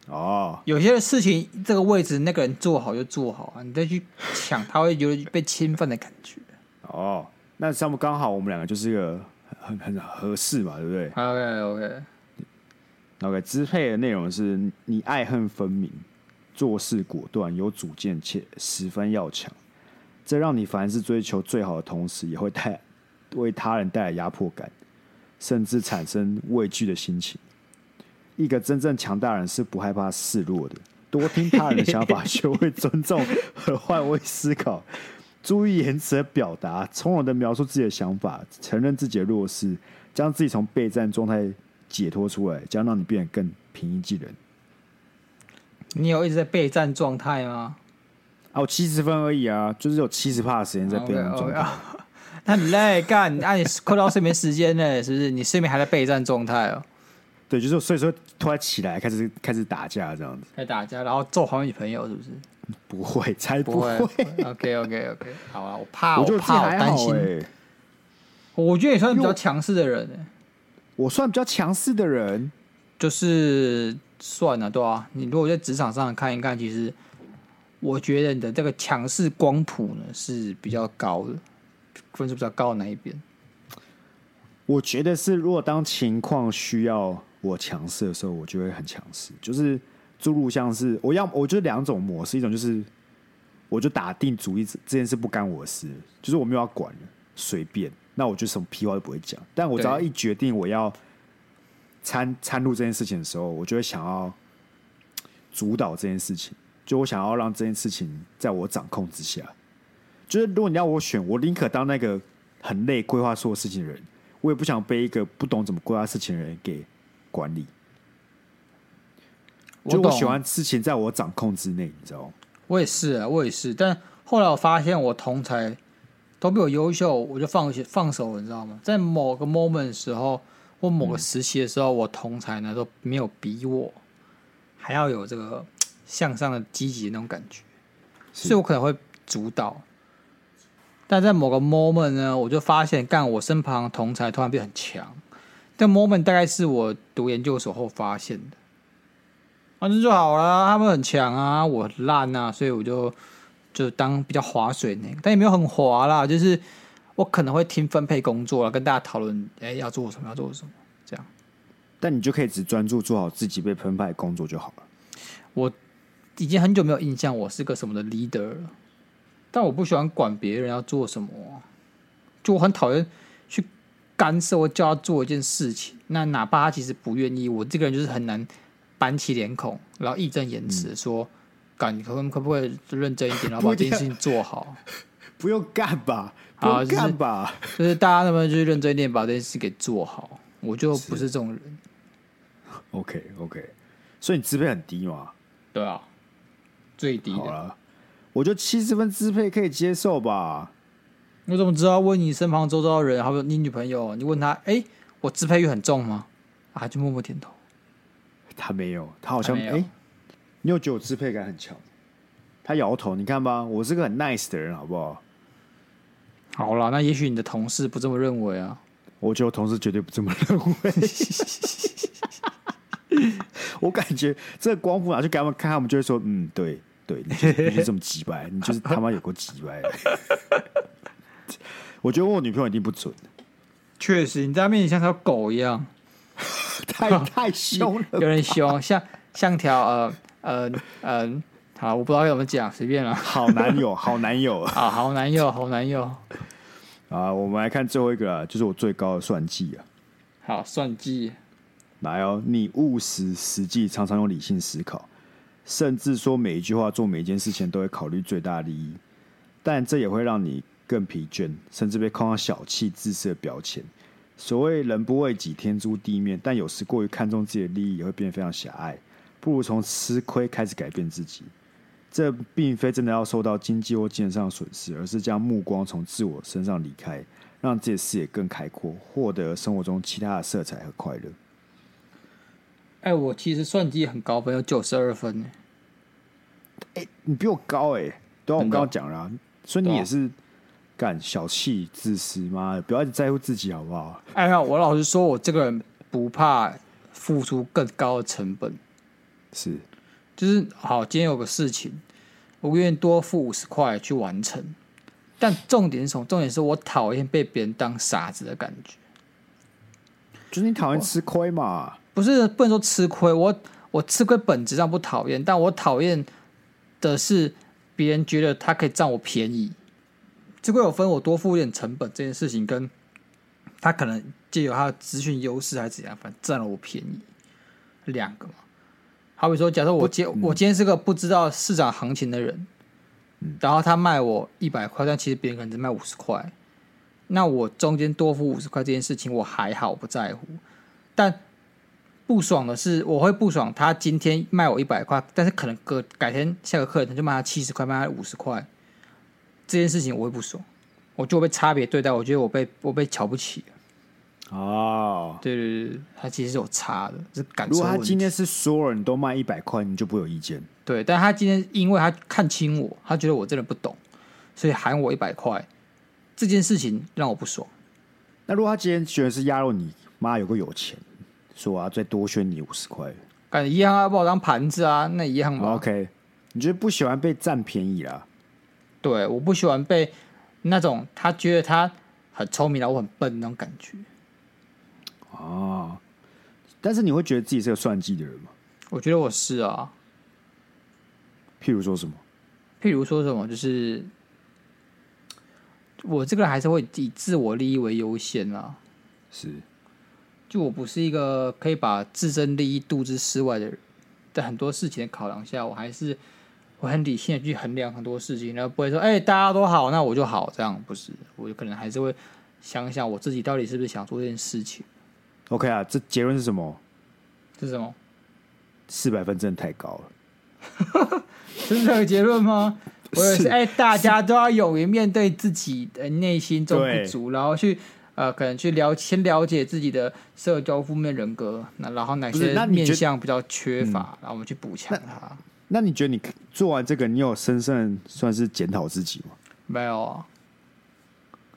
Speaker 1: 哦，
Speaker 2: 有些事情这个位置那个人做好就做好啊，你再去抢，他会有被侵犯的感觉。
Speaker 1: 哦，那这样刚好我们两个就是一个很很很合适嘛，对不对
Speaker 2: OK OK，
Speaker 1: ？OK，支配的内容是你爱恨分明，做事果断，有主见且十分要强，这让你凡事追求最好的同时，也会带为他人带来压迫感，甚至产生畏惧的心情。一个真正强大的人是不害怕示弱的，多听他人的想法，学会尊重和换位思考，注意言辞的表达，从容的描述自己的想法，承认自己的弱势，将自己从备战状态解脱出来，将让你变得更平易近人。
Speaker 2: 你有一直在备战状态吗？
Speaker 1: 啊，我七十分而已啊，就是有七十趴的时间在备战状
Speaker 2: OK，OK，
Speaker 1: 态。
Speaker 2: 那很累，干，那、你快到睡眠时间了，是不是？你睡眠还在备战状态哦，
Speaker 1: 对，就是我所以说突然起来开始开始打架这样子，
Speaker 2: 在打架，然后揍好女朋友，是不是？
Speaker 1: 不会，才
Speaker 2: 不
Speaker 1: 不 会。
Speaker 2: OK OK OK，好啊，我怕，
Speaker 1: 我觉得我
Speaker 2: 我
Speaker 1: 自己
Speaker 2: 怕，我
Speaker 1: 还
Speaker 2: 担
Speaker 1: 好
Speaker 2: 心。
Speaker 1: 哎、
Speaker 2: 我觉得你算是比
Speaker 1: 因为
Speaker 2: 较
Speaker 1: 我
Speaker 2: 强势的人、欸，
Speaker 1: 我算比较强势的人，
Speaker 2: 就是算了，对啊，你如果在职场上看一看，其实我觉得你的这个强势光谱呢是比较高的，分数比较高的那一边。
Speaker 1: 我觉得是，如果当情况需要我强势的时候，我就会很强势，就是诸如像是我要，我就两种模式，一种就是我就打定主意，这这件事不干我的事，就是我没有要管了，随便，那我就什么屁话都不会讲。但我只要
Speaker 2: 对
Speaker 1: 一决定我要参参入这件事情的时候，我就会想要主导这件事情，就我想要让这件事情在我掌控之下。就是如果你要我选，我宁可当那个很累规划所有事情的人，我也不想被一个不懂怎么规划事情的人给管理。就我
Speaker 2: 懂
Speaker 1: 喜欢事情在我掌控之内，你知道吗？
Speaker 2: 我也是啊，我也是。但后来我发现，我同才都比我优秀，我就放弃放手了，你知道吗？在某个 moment 的时候，或某个时期的时候，我同才呢都没有比我还要有这个向上的积极的那种感觉，
Speaker 1: 是
Speaker 2: 所以我可能会主导。但在某个 moment 呢，我就发现，干我身旁的同才突然变很强。这个 moment 大概是我读研究所后发现的。啊，这就好啦，他们很强啊，我很烂啊，所以我就就当比较划水那个，但也没有很划啦，就是我可能会听分配工作啦，跟大家讨论，哎、要做什么，要做什么，这样。
Speaker 1: 但你就可以只专注做好自己被分派的工作就好了。
Speaker 2: 已经很久没有印象我是个什么的 leader 了，但我不喜欢管别人要做什么啊、就我很讨厌去干涉或叫他做一件事情。那哪怕他其实不愿意，我这个人就是很难板起脸孔，然后义正言辞地说：“干，你可可不可以认真一点，然后把这件事情做好？
Speaker 1: 不用干吧，不
Speaker 2: 好
Speaker 1: 用
Speaker 2: 就是
Speaker 1: 干吧。
Speaker 2: 就是大家能不能就是认真一点，把这件事给做好？”我就不是这种人，
Speaker 1: OK OK，所以你支配很低嘛？
Speaker 2: 对啊，最低
Speaker 1: 好
Speaker 2: 的。
Speaker 1: 了，我觉得七十分支配可以接受吧。
Speaker 2: 我怎么知道？问你身旁周遭的人，还有你女朋友，你问她：“哎、我支配欲很重吗？”啊，她就默默点头。
Speaker 1: 他没有，他好像
Speaker 2: 他没
Speaker 1: 哎、
Speaker 2: 有
Speaker 1: 你有觉得我支配感很强？他摇头，你看吧，我是个很 nice 的人，好不好？
Speaker 2: 好啦，那也许你的同事不这么认为啊。
Speaker 1: 我觉得我同事绝对不这么认为。 我感觉这个光谱拿去给他们看，他们就会说：“嗯，对对，你就是你就是这么鸡掰，你就是他妈有够鸡掰。” 我觉得问我女朋友一定不准，
Speaker 2: 确实，你在她面前像条狗一样，
Speaker 1: 太太凶 了。
Speaker 2: 有点凶，像像条呃呃呃，好，我不知道该怎么讲，随便了。
Speaker 1: 好男友，好男友
Speaker 2: 啊，好男友，好男友，
Speaker 1: 啊！我们来看最后一个啊，就是我最高的算计啊。
Speaker 2: 好算计，
Speaker 1: 来哦，你务实、实际，常常用理性思考，甚至说每一句话、做每一件事情都会考虑最大利益，但这也会让你更疲倦，甚至被扣上小气、自私的标签。所谓“人不为己，天诛地灭”，但有时过于看重自己的利益，也会变得非常狭隘。不如从吃亏开始改变自己。这并非真的要受到经济或精神上的损失，而是将目光从自我身上离开，让自己的视野更开阔，获得生活中其他的色彩和快乐。
Speaker 2: 哎、我其实算计很高分，有九十二分呢。
Speaker 1: 你比我高哎、对啊，我
Speaker 2: 真
Speaker 1: 们
Speaker 2: 的
Speaker 1: 刚刚讲了啊、所以你
Speaker 2: 对啊
Speaker 1: 也是干小气、自私，妈的，不要一直在乎自己好不好？
Speaker 2: 哎呀，我老实说，我这个人不怕付出更高的成本，
Speaker 1: 是
Speaker 2: 就是好，今天有个事情，我愿意多付五十块去完成。但重点是什么？重点是我讨厌被别人当傻子的感觉。
Speaker 1: 就是你讨厌吃亏嘛？
Speaker 2: 不是不能说吃亏，我我吃亏本质上不讨厌，但我讨厌的是别人觉得他可以占我便宜。吃亏有分，我多付一点成本这件事情，跟他可能借由他的资讯优势还是怎样，反正占了我便宜，两个嘛。好比说，假设我今我今天是个不知道市场行情的人，然后他卖我一百块，但其实别人可能只卖五十块，那我中间多付五十块这件事情我还好，我不在乎。但不爽的是，我会不爽他今天卖我一百块，但是可能隔改天下个客人他就卖他七十块，卖他五十块，这件事情我会不爽，我就被差别对待，我觉得我被我被瞧不起。
Speaker 1: 哦，
Speaker 2: 对对对对，他其实是有差的，是感
Speaker 1: 如
Speaker 2: 受
Speaker 1: 果他
Speaker 2: 问题。
Speaker 1: 今天是所有人都卖一百块，你就不会有意见。
Speaker 2: 对，但他今天因为他看清我，他觉得我真的不懂，所以喊我一百块，这件事情让我不爽。
Speaker 1: 那如果他今天觉得是鸭肉你，妈有个有钱，说我要再多选你五十块
Speaker 2: 感觉一样要把我当盘子啊，那一样吧。
Speaker 1: ，OK？你就是不喜欢被占便宜啦？
Speaker 2: 对，我不喜欢被那种他觉得他很聪明，然后我很笨的那种感觉。
Speaker 1: 哦，但是你会觉得自己是个算计的人吗？
Speaker 2: 我觉得我是啊，
Speaker 1: 譬如说什么？
Speaker 2: 譬如说什么，就是我这个人还是会以自我利益为优先啊。
Speaker 1: 是
Speaker 2: 就我不是一个可以把自身利益度之事外的人，在很多事情的考量下，我还是我很理性的去衡量很多事情，然后不会说，哎、大家都好，那我就好，这样不是，我可能还是会想一想我自己到底是不是想做这件事情，
Speaker 1: OK 啊？这结论是什么？
Speaker 2: 这是什么？
Speaker 1: 四百分真的太高了。
Speaker 2: 这是这个结 论吗？我以为是
Speaker 1: 是
Speaker 2: 哎、大家都要勇于面对自己的内心中
Speaker 1: 对
Speaker 2: 不足，然后去呃，可能去了先了解自己的社交负面人格，那然后哪
Speaker 1: 不是
Speaker 2: 些
Speaker 1: 那你
Speaker 2: 面
Speaker 1: 觉嗯
Speaker 2: 相比较缺乏，然后我们去补强它。
Speaker 1: 那你觉得你做完这个，你有深深地算是检讨自己吗？
Speaker 2: 没有啊，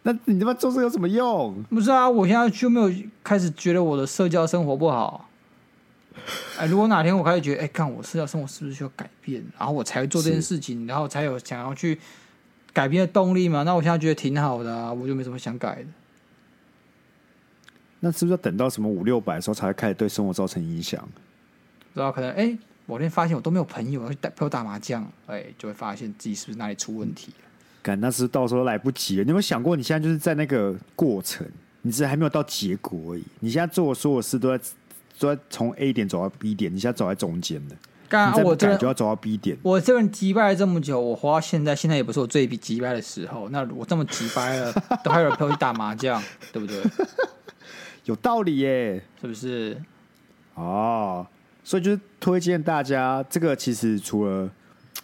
Speaker 1: 那你他妈做这个有什么用？
Speaker 2: 不是啊，我现在就没有开始觉得我的社交生活 不好。哎，如果哪天我开始觉得，哎，看我社交生活是不是需要改变，然后我才会做这件事情，然后才有想要去改变的动力嘛？那我现在觉得挺好的啊，我就没什么想改的。
Speaker 1: 那是不是要等到什么五六百的时候才会开始对生活造成影响？
Speaker 2: 然后可能，哎，某天发现我都没有朋友，要去打陪我打麻将，哎，就会发现自己是不是哪里出问题了。
Speaker 1: 感那是到时候来不及了。你有没有想过，你现在就是在那个过程，你只是还没有到结果而已。你现在做的所有事都在都在从 A 点走到 B 点，你现在走在中间的，
Speaker 2: 刚
Speaker 1: 你再
Speaker 2: 刚
Speaker 1: 不
Speaker 2: 啊我这
Speaker 1: 改就
Speaker 2: 边
Speaker 1: 要走到 B 点。
Speaker 2: 我这边击败了这么久，我活到现在，现在也不是我最击败的时候。那我这么击败了，都还有人陪我去打麻 将，对不对？
Speaker 1: 有道理耶。
Speaker 2: 是不是？
Speaker 1: 哦，所以就是推荐大家，这个其实除了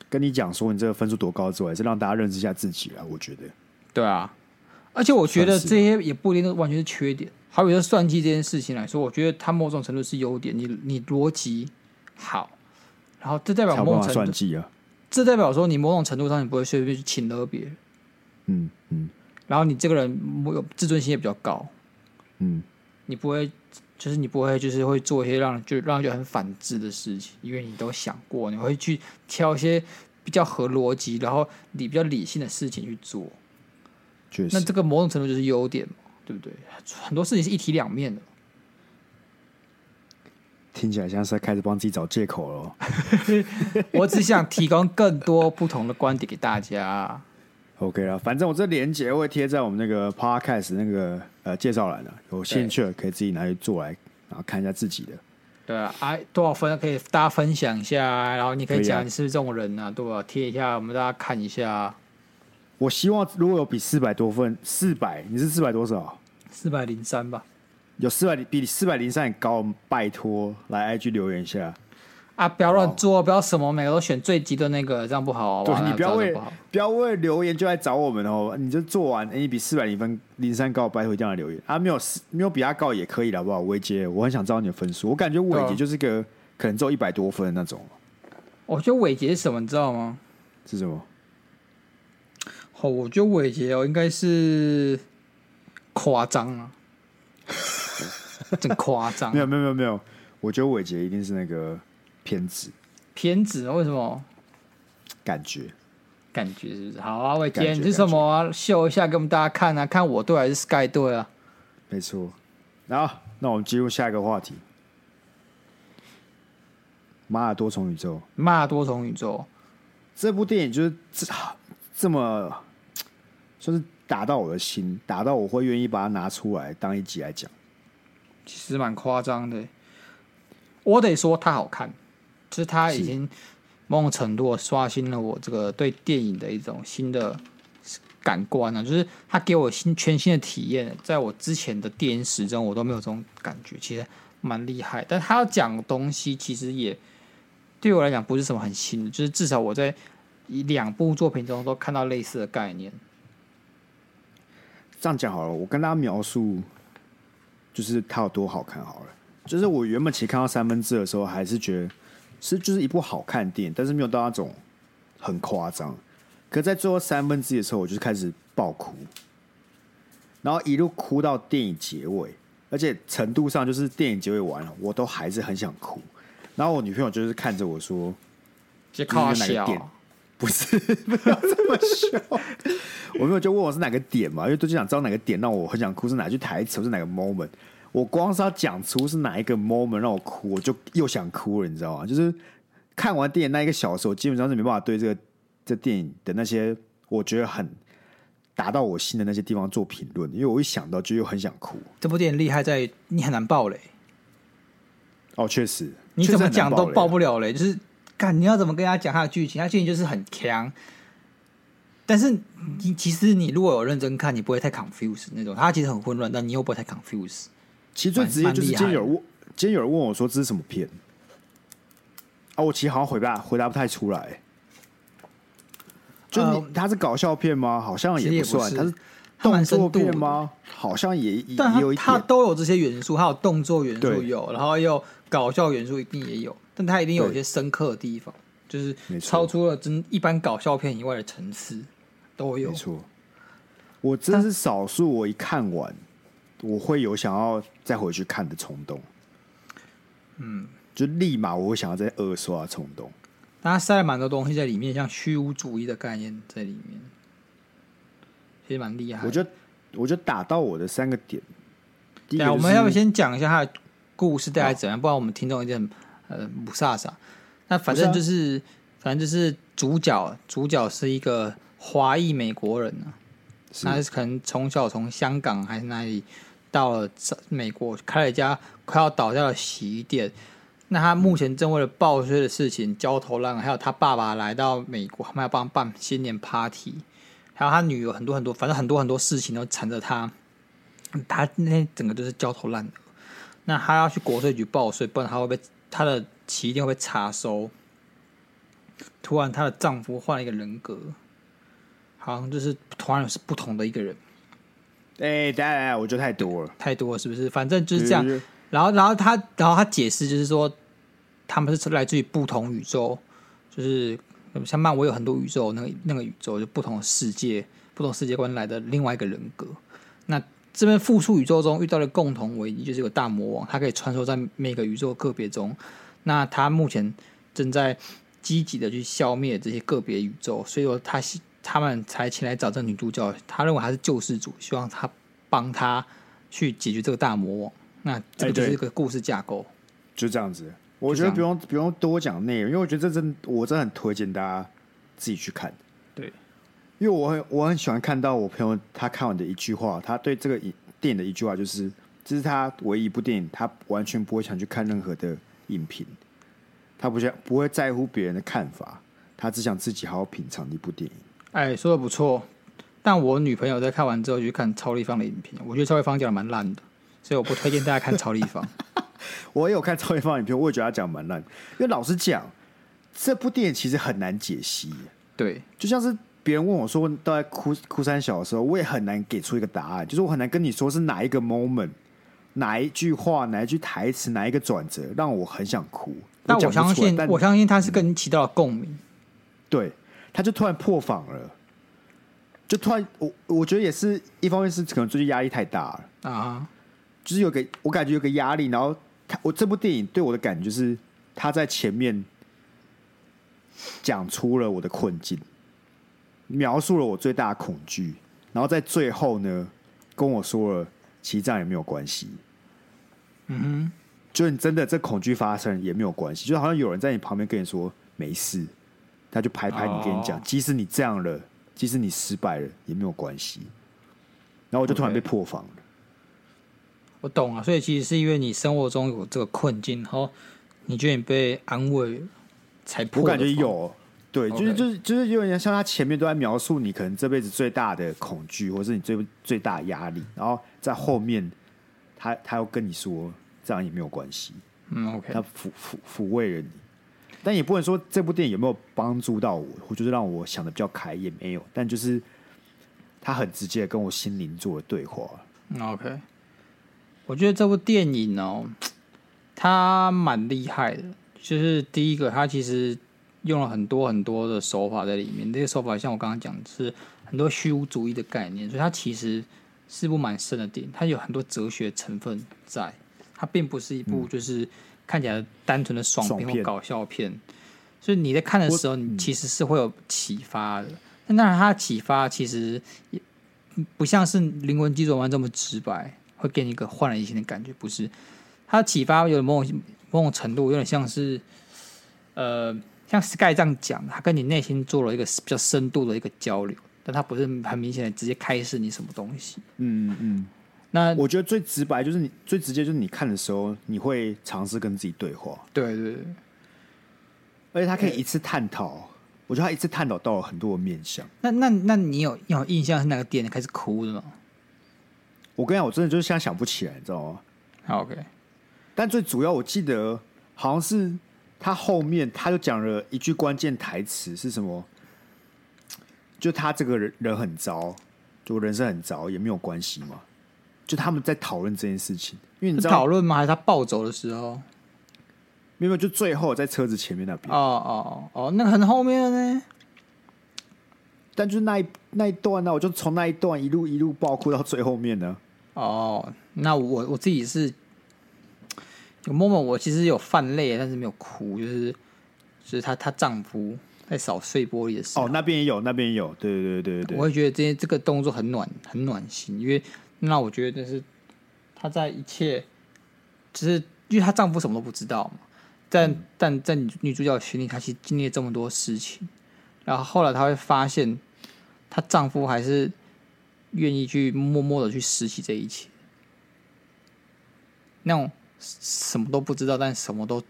Speaker 1: 跟你讲说你这个分数多高之外，是让大家认识一下自己啊。我觉得
Speaker 2: 对啊，而且我觉得
Speaker 1: 算是
Speaker 2: 这些也不一定都完全是缺点。好比说算计这件事情来说，我觉得它某种程度是优点。你你逻辑好，然后这代表
Speaker 1: 才有
Speaker 2: 某
Speaker 1: 办
Speaker 2: 种
Speaker 1: 法
Speaker 2: 程
Speaker 1: 算
Speaker 2: 度，
Speaker 1: 计啊。
Speaker 2: 这代表说你某种程度上你不会随便去请了别人，
Speaker 1: 嗯嗯
Speaker 2: 然后你这个人有自尊心也比较高，
Speaker 1: 嗯，
Speaker 2: 你不会就是你不会就是会做一些让人就让人觉得很反智的事情，因为你都想过，你会去挑一些比较合逻辑，然后理比较理性的事情去做。
Speaker 1: 确实
Speaker 2: 那。这个某种程度就是优点嘛，对不对？很多事情是一体两面的。
Speaker 1: 听起来像是在开始帮自己找借口了哦。
Speaker 2: 我只想提供更多不同的观点给大家。
Speaker 1: OK 了，反正我这链接会贴在我们那个 Podcast 那个呃介绍栏的，有兴趣的可以自己拿去做来，然后看一下自己的。
Speaker 2: 对啊，哎，多少分可以大家分享一下啊，然后你可以
Speaker 1: 可以啊
Speaker 2: 讲你是不是这种人啊，对吧？贴一下，我们大家看一下。
Speaker 1: 我希望如果有比四百多分，四百，你是四百多少？
Speaker 2: 四百零三吧，
Speaker 1: 有四百比四百零三高，拜托来 IG 留言一下。
Speaker 2: 啊，不要乱做，不要什么每个都选最极端那个，这样不好
Speaker 1: 哦
Speaker 2: 啊。
Speaker 1: 对
Speaker 2: 哇
Speaker 1: 你
Speaker 2: 那
Speaker 1: 不要
Speaker 2: 这样
Speaker 1: 为
Speaker 2: 就不好。
Speaker 1: 不要为留言就来找我们哦，你就做完，哎你比四百零分零三高，拜托一定要来留言啊！没有没有比他高也可以的，好不好？伟杰，我很想知道你的分数，我感觉伟
Speaker 2: 对
Speaker 1: 杰
Speaker 2: 啊
Speaker 1: 就是个可能只有一百多分的那种，
Speaker 2: 我觉得伟杰是什么，你知道吗？
Speaker 1: 是 什么？
Speaker 2: 哦，我觉得伟杰哦，应该是夸张啊，真夸 张
Speaker 1: 没，有没有没有没有，我觉得伟杰一定是那个偏执
Speaker 2: 偏执啊，为什么？
Speaker 1: 感觉，
Speaker 2: 感觉是不是？好啊，伟
Speaker 1: 感
Speaker 2: 杰，
Speaker 1: 觉
Speaker 2: 你是什么啊？秀一下给我们大家看啊，看我队还是 Sky 队啊？
Speaker 1: 没错。然后，那我们进入下一个话题，马尔多重宇宙。
Speaker 2: 骂多重宇宙，
Speaker 1: 这部电影就是这这么算是打到我的心，打到我会愿意把它拿出来当一集来讲。
Speaker 2: 其实蛮夸张的欸。我得说它好看，就是它已
Speaker 1: 是
Speaker 2: 经某种程度地刷新了我这个对电影的一种新的感官啊，就是它给我新全新的体验，在我之前的电影史中我都没有这种感觉，其实蛮厉害。但他要讲的东西其实也对我来讲不是什么很新的，就是至少我在以两部作品中都看到类似的概念。
Speaker 1: 这样讲好了，我跟大家描述，就是它有多好看好了。就是我原本其实看到三分之二的时候，还是觉得是就是一部好看的电影，但是没有到那种很夸张。可在最后三分之一的时候，我就开始爆哭，然后一路哭到电影结尾，而且程度上就是电影结尾完了，我都还是很想哭。然后我女朋友就是看着我说：“
Speaker 2: 就靠
Speaker 1: 就是哪
Speaker 2: 小
Speaker 1: 个点不是，不要这么凶。我没有就问我是哪个点嘛，因为都就想知道哪个点让我很想哭，是哪句台词，或是哪个 moment。我光是要讲出是哪一个 moment 让我哭，我就又想哭了，你知道吗？就是看完电影那一个小时，我基本上是没办法对这个这电影的那些我觉得很打到我心的那些地方做评论，因为我一想到就又很想哭。
Speaker 2: 这部电影厉害在于你很难爆雷。
Speaker 1: 哦，确实，
Speaker 2: 你怎
Speaker 1: 确
Speaker 2: 么
Speaker 1: 实很
Speaker 2: 讲
Speaker 1: 难
Speaker 2: 都
Speaker 1: 雷啊
Speaker 2: 爆不了嘞，就是干你要怎么跟他讲他的剧情，他剧情就是很强。但是你其实你如果有认真看，你不会太 confuse 那种，他其实很混乱，但你又不会太 confuse。
Speaker 1: 其实最直接就是今
Speaker 2: 蛮
Speaker 1: 天
Speaker 2: 蛮厉害的
Speaker 1: 有人问，今天有人问我说这是什么片啊？我其实好像回答回答不太出来。就你、
Speaker 2: 呃
Speaker 1: 它是搞笑片吗？好像
Speaker 2: 其实也不
Speaker 1: 算。
Speaker 2: 是
Speaker 1: 它是
Speaker 2: 它
Speaker 1: 动
Speaker 2: 蛮
Speaker 1: 作
Speaker 2: 深度
Speaker 1: 片
Speaker 2: 的
Speaker 1: 吗？好像也也
Speaker 2: 但
Speaker 1: 也有
Speaker 2: 他
Speaker 1: 一
Speaker 2: 他
Speaker 1: 点。
Speaker 2: 都有这些元素，还有动作元素
Speaker 1: 对
Speaker 2: 有，然后又搞笑元素一定也有，但他一定有一些
Speaker 1: 对
Speaker 2: 深刻的地方，就是
Speaker 1: 没错
Speaker 2: 超出了真一般搞笑片以外的层次都有
Speaker 1: 没。错，我真是少数，我一看完我会有想要再回去看的冲动。嗯，
Speaker 2: 嗯
Speaker 1: 就立马我会想要再二刷的冲动。
Speaker 2: 但它塞了蛮多东西在里面，像虚无主义的概念在里面，其实蛮厉害的。
Speaker 1: 我觉得，我觉得打到我的三个点。第一个
Speaker 2: 对啊，
Speaker 1: 就
Speaker 2: 我们要不
Speaker 1: 是
Speaker 2: 先讲一下他的故事大概怎样，不然我们听众有点呃不飒飒。那反
Speaker 1: 不是啊
Speaker 2: 正就是，反正就是主角，主角是一个华裔美国人啊，
Speaker 1: 是
Speaker 2: 他是可能从小从香港还是哪里到了美国，开了一家快要倒掉的洗衣店。那他目前正为了报税的事情焦头烂额，还有他爸爸来到美国，他们要帮办新年 party，还有他女儿很多很多，反正很多很多事情都缠着他。他那天整个就是焦头烂额。那他要去国税局报税，不然他会被他的旗一定会被查收。突然，她的丈夫换了一个人格，好像就是突然是不同的一个人。
Speaker 1: 哎、当然我觉得太多了。
Speaker 2: 太多了是不是？反正就是这样
Speaker 1: 对。对对
Speaker 2: 然后，然后他，然后他解释就是说，他们是来自于不同宇宙，就是像漫威有很多宇宙，那个那个宇宙就不同的世界、不同世界观来的另外一个人格。那这边复述宇宙中遇到的共同危机就是有大魔王，他可以穿梭在每个宇宙个别中。那他目前正在积极的去消灭这些个别宇宙，所以说他希他们才前来找这个女主角，他认为她是救世主，希望她帮他去解决这个大魔王。那这个就
Speaker 1: 哎
Speaker 2: 是
Speaker 1: 对
Speaker 2: 一个故事架构。
Speaker 1: 就这样子。我觉得不用不用多讲内容，因为我觉得这真我真的很推荐大家自己去看。
Speaker 2: 对，
Speaker 1: 因为我很我很喜欢看到我朋友他看完的一句话，他对这个影电影的一句话就是，这是他唯一一部电影，他完全不会想去看任何的影评，他不想不会在乎别人的看法，他只想自己好好品尝一部电影。
Speaker 2: 哎，说的不错，但我女朋友在看完之后去看超立方的影片，我觉得超立方讲的蛮烂的，所以我不推荐大家看超立 方。
Speaker 1: 我也有看超越方影片，我也觉得他讲得蛮烂，因为老实讲，这部电影其实很难解析耶。
Speaker 2: 对，
Speaker 1: 就像是别人问我说都在哭哭三小的时候，我也很难给出一个答案，就是我很难跟你说是哪一个 moment，哪一句话，哪一句台词，哪一个转折让我很想哭。
Speaker 2: 但
Speaker 1: 讲不
Speaker 2: 我
Speaker 1: 出来
Speaker 2: 相信，
Speaker 1: 但嗯
Speaker 2: 我相信他是跟你起到了共鸣。
Speaker 1: 对，他就突然破防了，就突然我我觉得也是一方面是可能最近压力太大了，
Speaker 2: 啊，
Speaker 1: 就是有个我感觉有个压力，然后他我这部电影对我的感觉就是他在前面讲出了我的困境，描述了我最大的恐惧，然后在最后呢跟我说了，其实这样也没有关系，
Speaker 2: 嗯
Speaker 1: 就是你真的这恐惧发生也没有关系，就好像有人在你旁边跟你说没事，他就拍拍你跟你讲，
Speaker 2: 哦
Speaker 1: 即使你这样了，即使你失败了也没有关系，然后我就突然被
Speaker 2: OK
Speaker 1: 破防了。
Speaker 2: 哼，我懂了。所以其实是因为你生活中有这个困境，然后你觉得你被安慰了才哎破
Speaker 1: 我感
Speaker 2: 的
Speaker 1: 觉
Speaker 2: 防
Speaker 1: 有，对，就是
Speaker 2: OK
Speaker 1: 就是就是有点像他前面都在描述你可能这辈子最大的恐惧，或是你最最大的压力，然后在后面他他要跟你说这样也没有关系，
Speaker 2: 嗯，OK，
Speaker 1: 他抚抚抚慰了你，但也不能说这部电影有没有帮助到我，或就是让我想的比较开也没有，但就是他很直接地跟我心灵做了对话，
Speaker 2: 嗯 OK，我觉得这部电影哦，它蛮厉害的。就是第一个，它其实用了很多很多的手法在里面。这些手法像我刚刚讲的是很多虚无主义的概念，所以它其实是部蛮深的电影，它有很多哲学成分在。它并不是一部就是看起来单纯的爽
Speaker 1: 爽
Speaker 2: 片或
Speaker 1: 片
Speaker 2: 搞笑片，所以你在看的时候，你其实是会有启发的。但当然，它的启发其实不像是灵魂急转弯这么直白，会给你一个焕然一新的感觉。不是，它启发有某种某种程度，有点像是，呃，像 Sky 这样讲，他跟你内心做了一个比较深度的一个交流，但他不是很明显的直接开示你什么东西。
Speaker 1: 嗯嗯嗯，
Speaker 2: 那
Speaker 1: 我觉得最直白就是你最直接就是你看的时候，你会尝试跟自己对话。
Speaker 2: 对对对，
Speaker 1: 而且他
Speaker 2: 嗯
Speaker 1: 可以一次探讨，我觉得他一次探讨到了很多的面向。
Speaker 2: 那那那你有你有印象是哪个点你开始哭的吗
Speaker 1: 我跟你讲，我真的就是现在想不起来，你知道吗？
Speaker 2: 好？OK，啊
Speaker 1: 但最主要，我记得好像是他后面他就讲了一句关键台词是什么？就他这个人人很糟，就我人生很糟也没有关系嘛。就他们在讨论这件事情，因为你
Speaker 2: 是
Speaker 1: 知
Speaker 2: 讨
Speaker 1: 道，
Speaker 2: 论吗？还是他暴走的时候？
Speaker 1: 没有就最后在车子前面那边
Speaker 2: 哦，哦哦，那个很后面的呢。
Speaker 1: 但就是那一那一段啊呢、我就从那一段一路一路爆哭到最后面呢、
Speaker 2: 哦，那我我自己是有 moment，我其实有泛泪，但是没有哭，就是就是她她丈夫在扫碎玻璃的时候，
Speaker 1: 哦，那边也有，那边也有，对对对对对
Speaker 2: 我会觉得这些这个动作很暖，很暖心，因为那我觉得就是她在一切，就是因为她丈夫什么都不知道嘛，但、但在女女主角心里，她其实经历了这么多事情，然后后来她会发现，她丈夫还是愿意去默默的去拾起这一切，那种什么都不知道，但什么都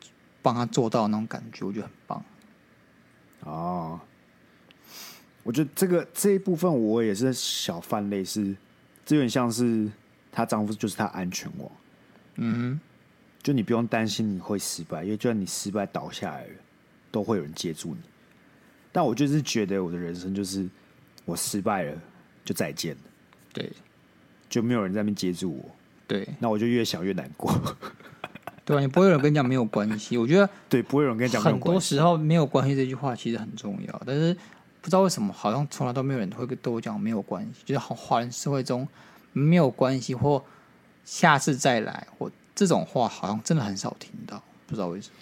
Speaker 2: 帮他做到的那种感觉，我觉得很棒。
Speaker 1: 哦，我觉得这个这一部分我也是小犯类似，这有点像是她丈夫就是她安全网，
Speaker 2: 嗯
Speaker 1: 就你不用担心你会失败，因为就算你失败倒下来了，都会有人接住你。但我就是觉得我的人生就是我失败了就再见了，
Speaker 2: 哼，对
Speaker 1: 就没有人在那边接住我，
Speaker 2: 对
Speaker 1: 那我就越想越难过。
Speaker 2: 对吧？你不会有人跟你讲没有关系，我觉得
Speaker 1: 对，不会有人跟你讲没有
Speaker 2: 很
Speaker 1: 关
Speaker 2: 多
Speaker 1: 系。
Speaker 2: 时候没有关系这句话其实很重要，但是不知道为什么，好像从来都没有人会跟我讲没有关系，就是好华人社会中没有关系或下次再来或这种话，好像真的很少听到，不知道为什么。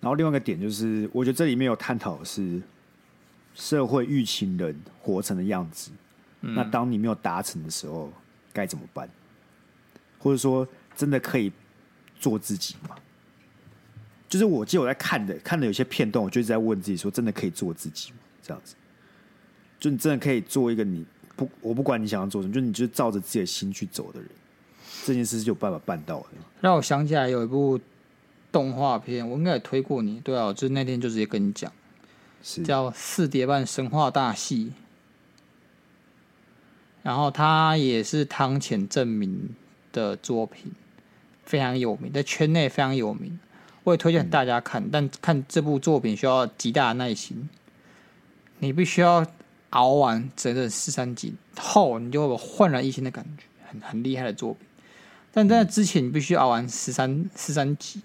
Speaker 1: 然后另外一个点就是，我觉得这里面有探讨的是社会预期人活成的样子。那当你没有达成的时候，该怎么办？或者说，真的可以做自己吗？就是我记得我在看的，看的有些片段，我就一直在问自己说：真的可以做自己吗？这样子，就你真的可以做一个你不，我不管你想要做什么，就你就照着自己的心去走的人，这件事是有办法办到的。
Speaker 2: 让我想起来有一部动画片，我应该也推过你，对啊，我就是那天就直接跟你讲，
Speaker 1: 是
Speaker 2: 叫《四叠半神话大戏》，然后它也是汤浅证明的作品，非常有名，在圈内非常有名。我也推荐大家看，但看这部作品需要极大的耐心，你必须要熬完整整四三集后，你就会有焕然一新的感觉，很很厉害的作品。但在那之前，你必须熬完十三十三集。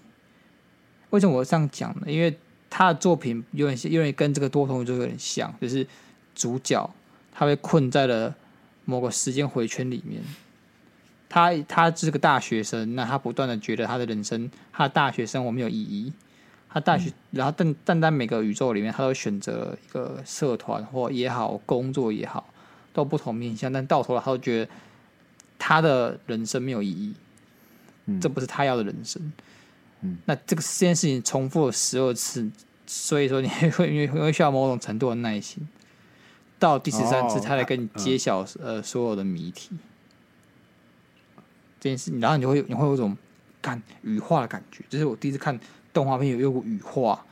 Speaker 2: 为什么我这样讲呢？因为他的作品有点像有点跟这个多重宇宙有点像，就是主角他被困在了某个时间回圈里面。他他是个大学生，那他不断的觉得他的人生，他的大学生活没有意义。他大学，然后但但在每个宇宙里面，他都选择一个社团或也好，工作也好，都不同面向，但到头来他都觉得他的人生没有意义，这不是他要的人生。嗯，那这个这件事情重复了十二次，所以说你会你会需要某种程度的耐心。到第十三次，
Speaker 1: 哦
Speaker 2: 他才跟你揭晓、呃所有的谜题。这件事，然后你就会你会有一种看羽化的感觉，这是我第一次看动画片有有股羽化，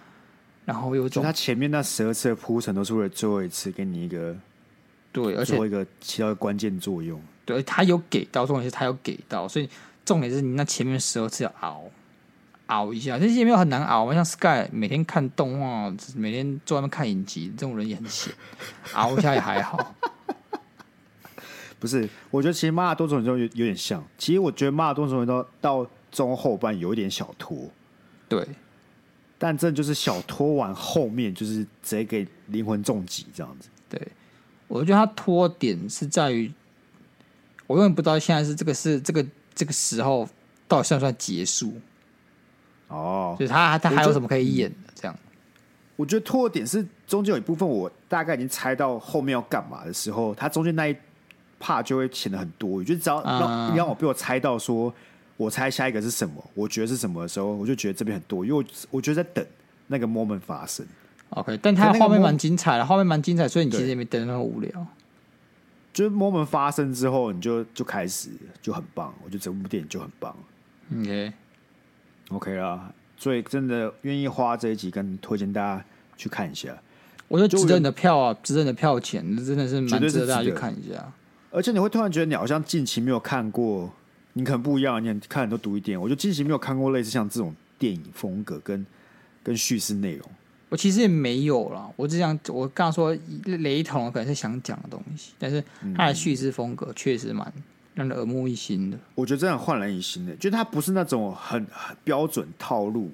Speaker 2: 然后有一
Speaker 1: 就
Speaker 2: 种
Speaker 1: 他前面那十二次的铺陈都是为了最后一次给你一个
Speaker 2: 对，而且
Speaker 1: 最后一个起到一个关键作用。
Speaker 2: 对，他有给到，重点是他有给到，所以重点是你那前面十二次要熬熬一下，其实也没有很难熬嘛。啊像 Sky 每天看动画，每天坐在那边看影集，这种人也很闲， 熬一下也还好。
Speaker 1: 不是，我觉得其实《马拉多种宇宙》有有点像。其实我觉得《马拉多种宇宙》到中后半有一点小拖，
Speaker 2: 对
Speaker 1: 但这就是小拖完后面就是直接给灵魂重击这样子。
Speaker 2: 对，我觉得他拖点是在于，我永远不知道现在是这个是这个这个时候到底算不算结束，
Speaker 1: 哦
Speaker 2: 就，是他他
Speaker 1: 我
Speaker 2: 还
Speaker 1: 觉
Speaker 2: 有
Speaker 1: 得
Speaker 2: 什么可以演的这样。
Speaker 1: 我觉得拖的点是中间有一部分我大概已经猜到后面要干嘛的时候，它中间那一 part 就会显得很多余。就只要让、
Speaker 2: 嗯
Speaker 1: 让我被我猜到说，我猜下一个是什么，我觉得是什么的时候，我就觉得这边很多余，因为我我觉得在等那个 moment 发生。
Speaker 2: OK，但他
Speaker 1: 可那
Speaker 2: 画
Speaker 1: 个
Speaker 2: 面
Speaker 1: 梦
Speaker 2: 蛮精彩的，画面蛮精彩，所以你其实
Speaker 1: 对
Speaker 2: 也没等得那么无聊。
Speaker 1: 就是 moment 发生之后，你就就开始就很棒，我觉得整部电影就很棒嗯
Speaker 2: OK，
Speaker 1: ，OK 啦。所以真的愿意花这一集跟推荐大家去看一下，
Speaker 2: 我觉得
Speaker 1: 就
Speaker 2: 值
Speaker 1: 有
Speaker 2: 得你的票啊，值得你的票钱，真的是
Speaker 1: 绝
Speaker 2: 蛮
Speaker 1: 对是
Speaker 2: 值得大家
Speaker 1: 值
Speaker 2: 去
Speaker 1: 得
Speaker 2: 看一下。
Speaker 1: 而且你会突然觉得你好像近期没有看过，你可能不一样，你看很多独立电影，我就近期没有看过类似像这种电影风格跟跟叙事内容。
Speaker 2: 我其实也没有啦，我只想我刚刚说雷同的可能是想讲的东西，但是
Speaker 1: 嗯
Speaker 2: 他的叙事风格确实蛮让人耳目一新的。
Speaker 1: 我觉得真的很焕然一新的，就是它不是那种很很标准套路。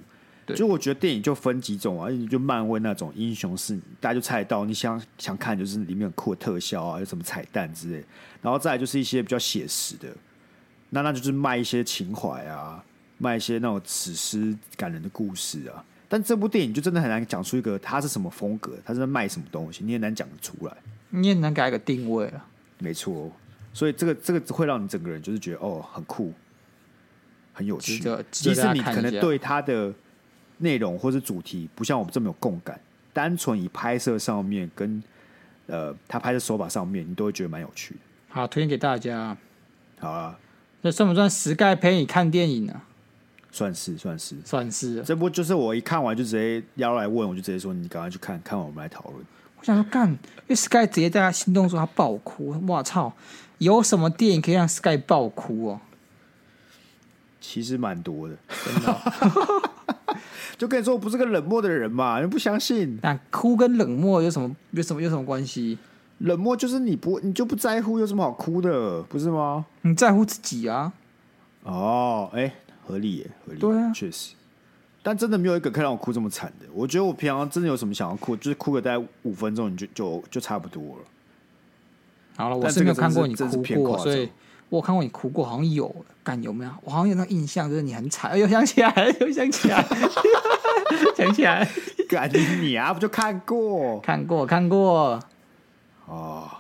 Speaker 2: 对
Speaker 1: 就我觉得电影就分几种啊，就漫威那种英雄式，大家就猜得到，你想想看就是里面很酷的特效啊，有什么彩蛋之类，然后再来就是一些比较写实的，那那就是卖一些情怀啊，卖一些那种史诗感人的故事啊。但这部电影就真的很难讲出一个它是什么风格，它是在卖什么东西，你也难讲得出来。
Speaker 2: 你也很难给他一个定位了。
Speaker 1: 没错，所以这个这个会让你整个人就是觉得哦，很酷，很有趣
Speaker 2: 值得。值
Speaker 1: 即
Speaker 2: 得
Speaker 1: 使
Speaker 2: 大家
Speaker 1: 你
Speaker 2: 看一
Speaker 1: 可能
Speaker 2: 下
Speaker 1: 对它的内容或是主题不像我们这么有共感，单纯以拍摄上面跟呃他拍摄手法上面，你都会觉得蛮有趣的。
Speaker 2: 好，推荐给大家。
Speaker 1: 好啦，啊
Speaker 2: 这算不算石盖陪你看电影呢、啊？
Speaker 1: 算是算是，
Speaker 2: 算是。啊
Speaker 1: 这不就是我一看完就直接邀来问，我就直接说你赶快去看看完我们来讨论。
Speaker 2: 我想说干，因为 Sky 直接在他心动说他爆哭，我操！有什么电影可以让 Sky 爆哭哦？
Speaker 1: 其实蛮多的，
Speaker 2: 真的哦、
Speaker 1: 就跟你说我不是个冷漠的人嘛，你不相信？
Speaker 2: 但哭跟冷漠有什么有什么有什么关系？
Speaker 1: 冷漠就是你不你就不在乎，有什么好哭的，不是吗？
Speaker 2: 你在乎自己啊？
Speaker 1: 哦，哎、合理耶，合理，
Speaker 2: 对啊
Speaker 1: 确实。但真的没有一个可以让我哭这么惨的。我觉得我平常真的有什么想要哭，就是哭个大概五分钟，你就就就差不多了。
Speaker 2: 好了，我
Speaker 1: 但
Speaker 2: 是没有
Speaker 1: 这个真
Speaker 2: 看
Speaker 1: 是
Speaker 2: 过你
Speaker 1: 真是
Speaker 2: 哭
Speaker 1: 偏
Speaker 2: 过，
Speaker 1: 夸张
Speaker 2: 所以我有看过你哭过，好像有，干有没有？我好像有那印象，就是你很惨，哎又想起来了， 又想起来了，想起来了，
Speaker 1: 干你啊，不就看过
Speaker 2: 看过看过，
Speaker 1: 哦？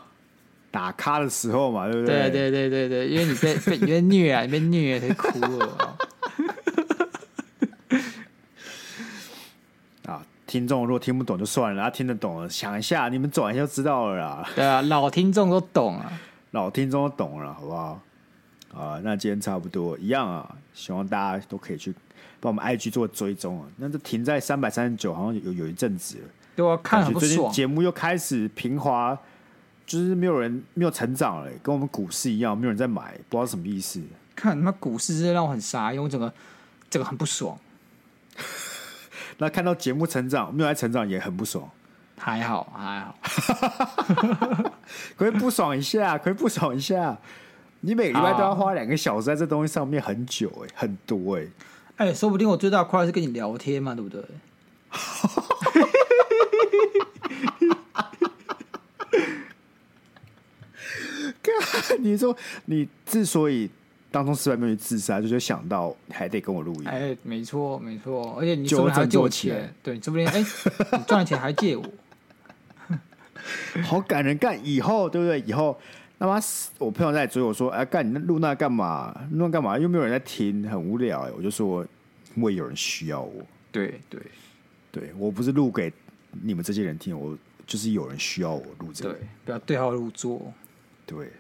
Speaker 1: 打咖的时候嘛，对不
Speaker 2: 对
Speaker 1: 对？
Speaker 2: 对对对对，因为你被被你被虐啊，你被虐才哭了哦。
Speaker 1: 啊，听众如果听不懂就算了，啊，听得懂了，想一下，你们转一下就知道了啦。
Speaker 2: 对啊，老听众都懂啊。
Speaker 1: 老听众都懂了，好不好？啊，那今天差不多一样啊，希望大家都可以去帮我们 IG 做追踪啊。那这停在三百三十九，好像有有一阵子了，
Speaker 2: 对啊，看
Speaker 1: 感觉
Speaker 2: 很不
Speaker 1: 最近
Speaker 2: 爽。
Speaker 1: 节目又开始平滑，就是没有人没有成长了、跟我们股市一样，没有人在买，不知道什么意思。
Speaker 2: 看他妈股市真的让我很傻眼，我整个整个很不爽。
Speaker 1: 那看到节目成长没有在成长也很不爽，
Speaker 2: 还好还好，
Speaker 1: 可不可以不爽一下， 可不可以不爽一下。你每个礼拜都
Speaker 2: 啊
Speaker 1: 要花两个小时在这东西上面，很久哎、很多哎、
Speaker 2: 哎、说不定我最大的快乐是跟你聊天嘛，对不对？
Speaker 1: 干 你说你之所以当中失败没有去自杀，就是想到还得跟我录音，
Speaker 2: 哎、没错没错，而且你
Speaker 1: 纠
Speaker 2: 说不定还要
Speaker 1: 正
Speaker 2: 借我
Speaker 1: 做起来
Speaker 2: 钱，对，你说不定哎，你赚了钱还借我，
Speaker 1: 好感人。干以后对不对？以后他妈死我朋友在追我说，哎、干你那录那干嘛？录那干嘛？又没有人在听，很无聊、哎我就说，因为有人需要我。
Speaker 2: 对对
Speaker 1: 对我不是录给你们这些人听，我就是有人需要我录这
Speaker 2: 对
Speaker 1: 个。，
Speaker 2: 不要对号入座。
Speaker 1: 对，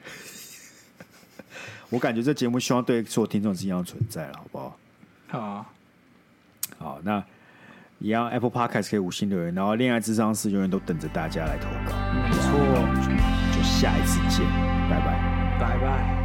Speaker 1: 我感觉这节目希望对所有听众是一样存在了，好不好？
Speaker 2: 好啊，
Speaker 1: 好，那一样 Apple Podcast 可以五星留言，然后恋爱智商是永远都等着大家来投稿。
Speaker 2: 没
Speaker 1: 没错
Speaker 2: 错，，
Speaker 1: 就下一次见，拜拜。
Speaker 2: 拜拜。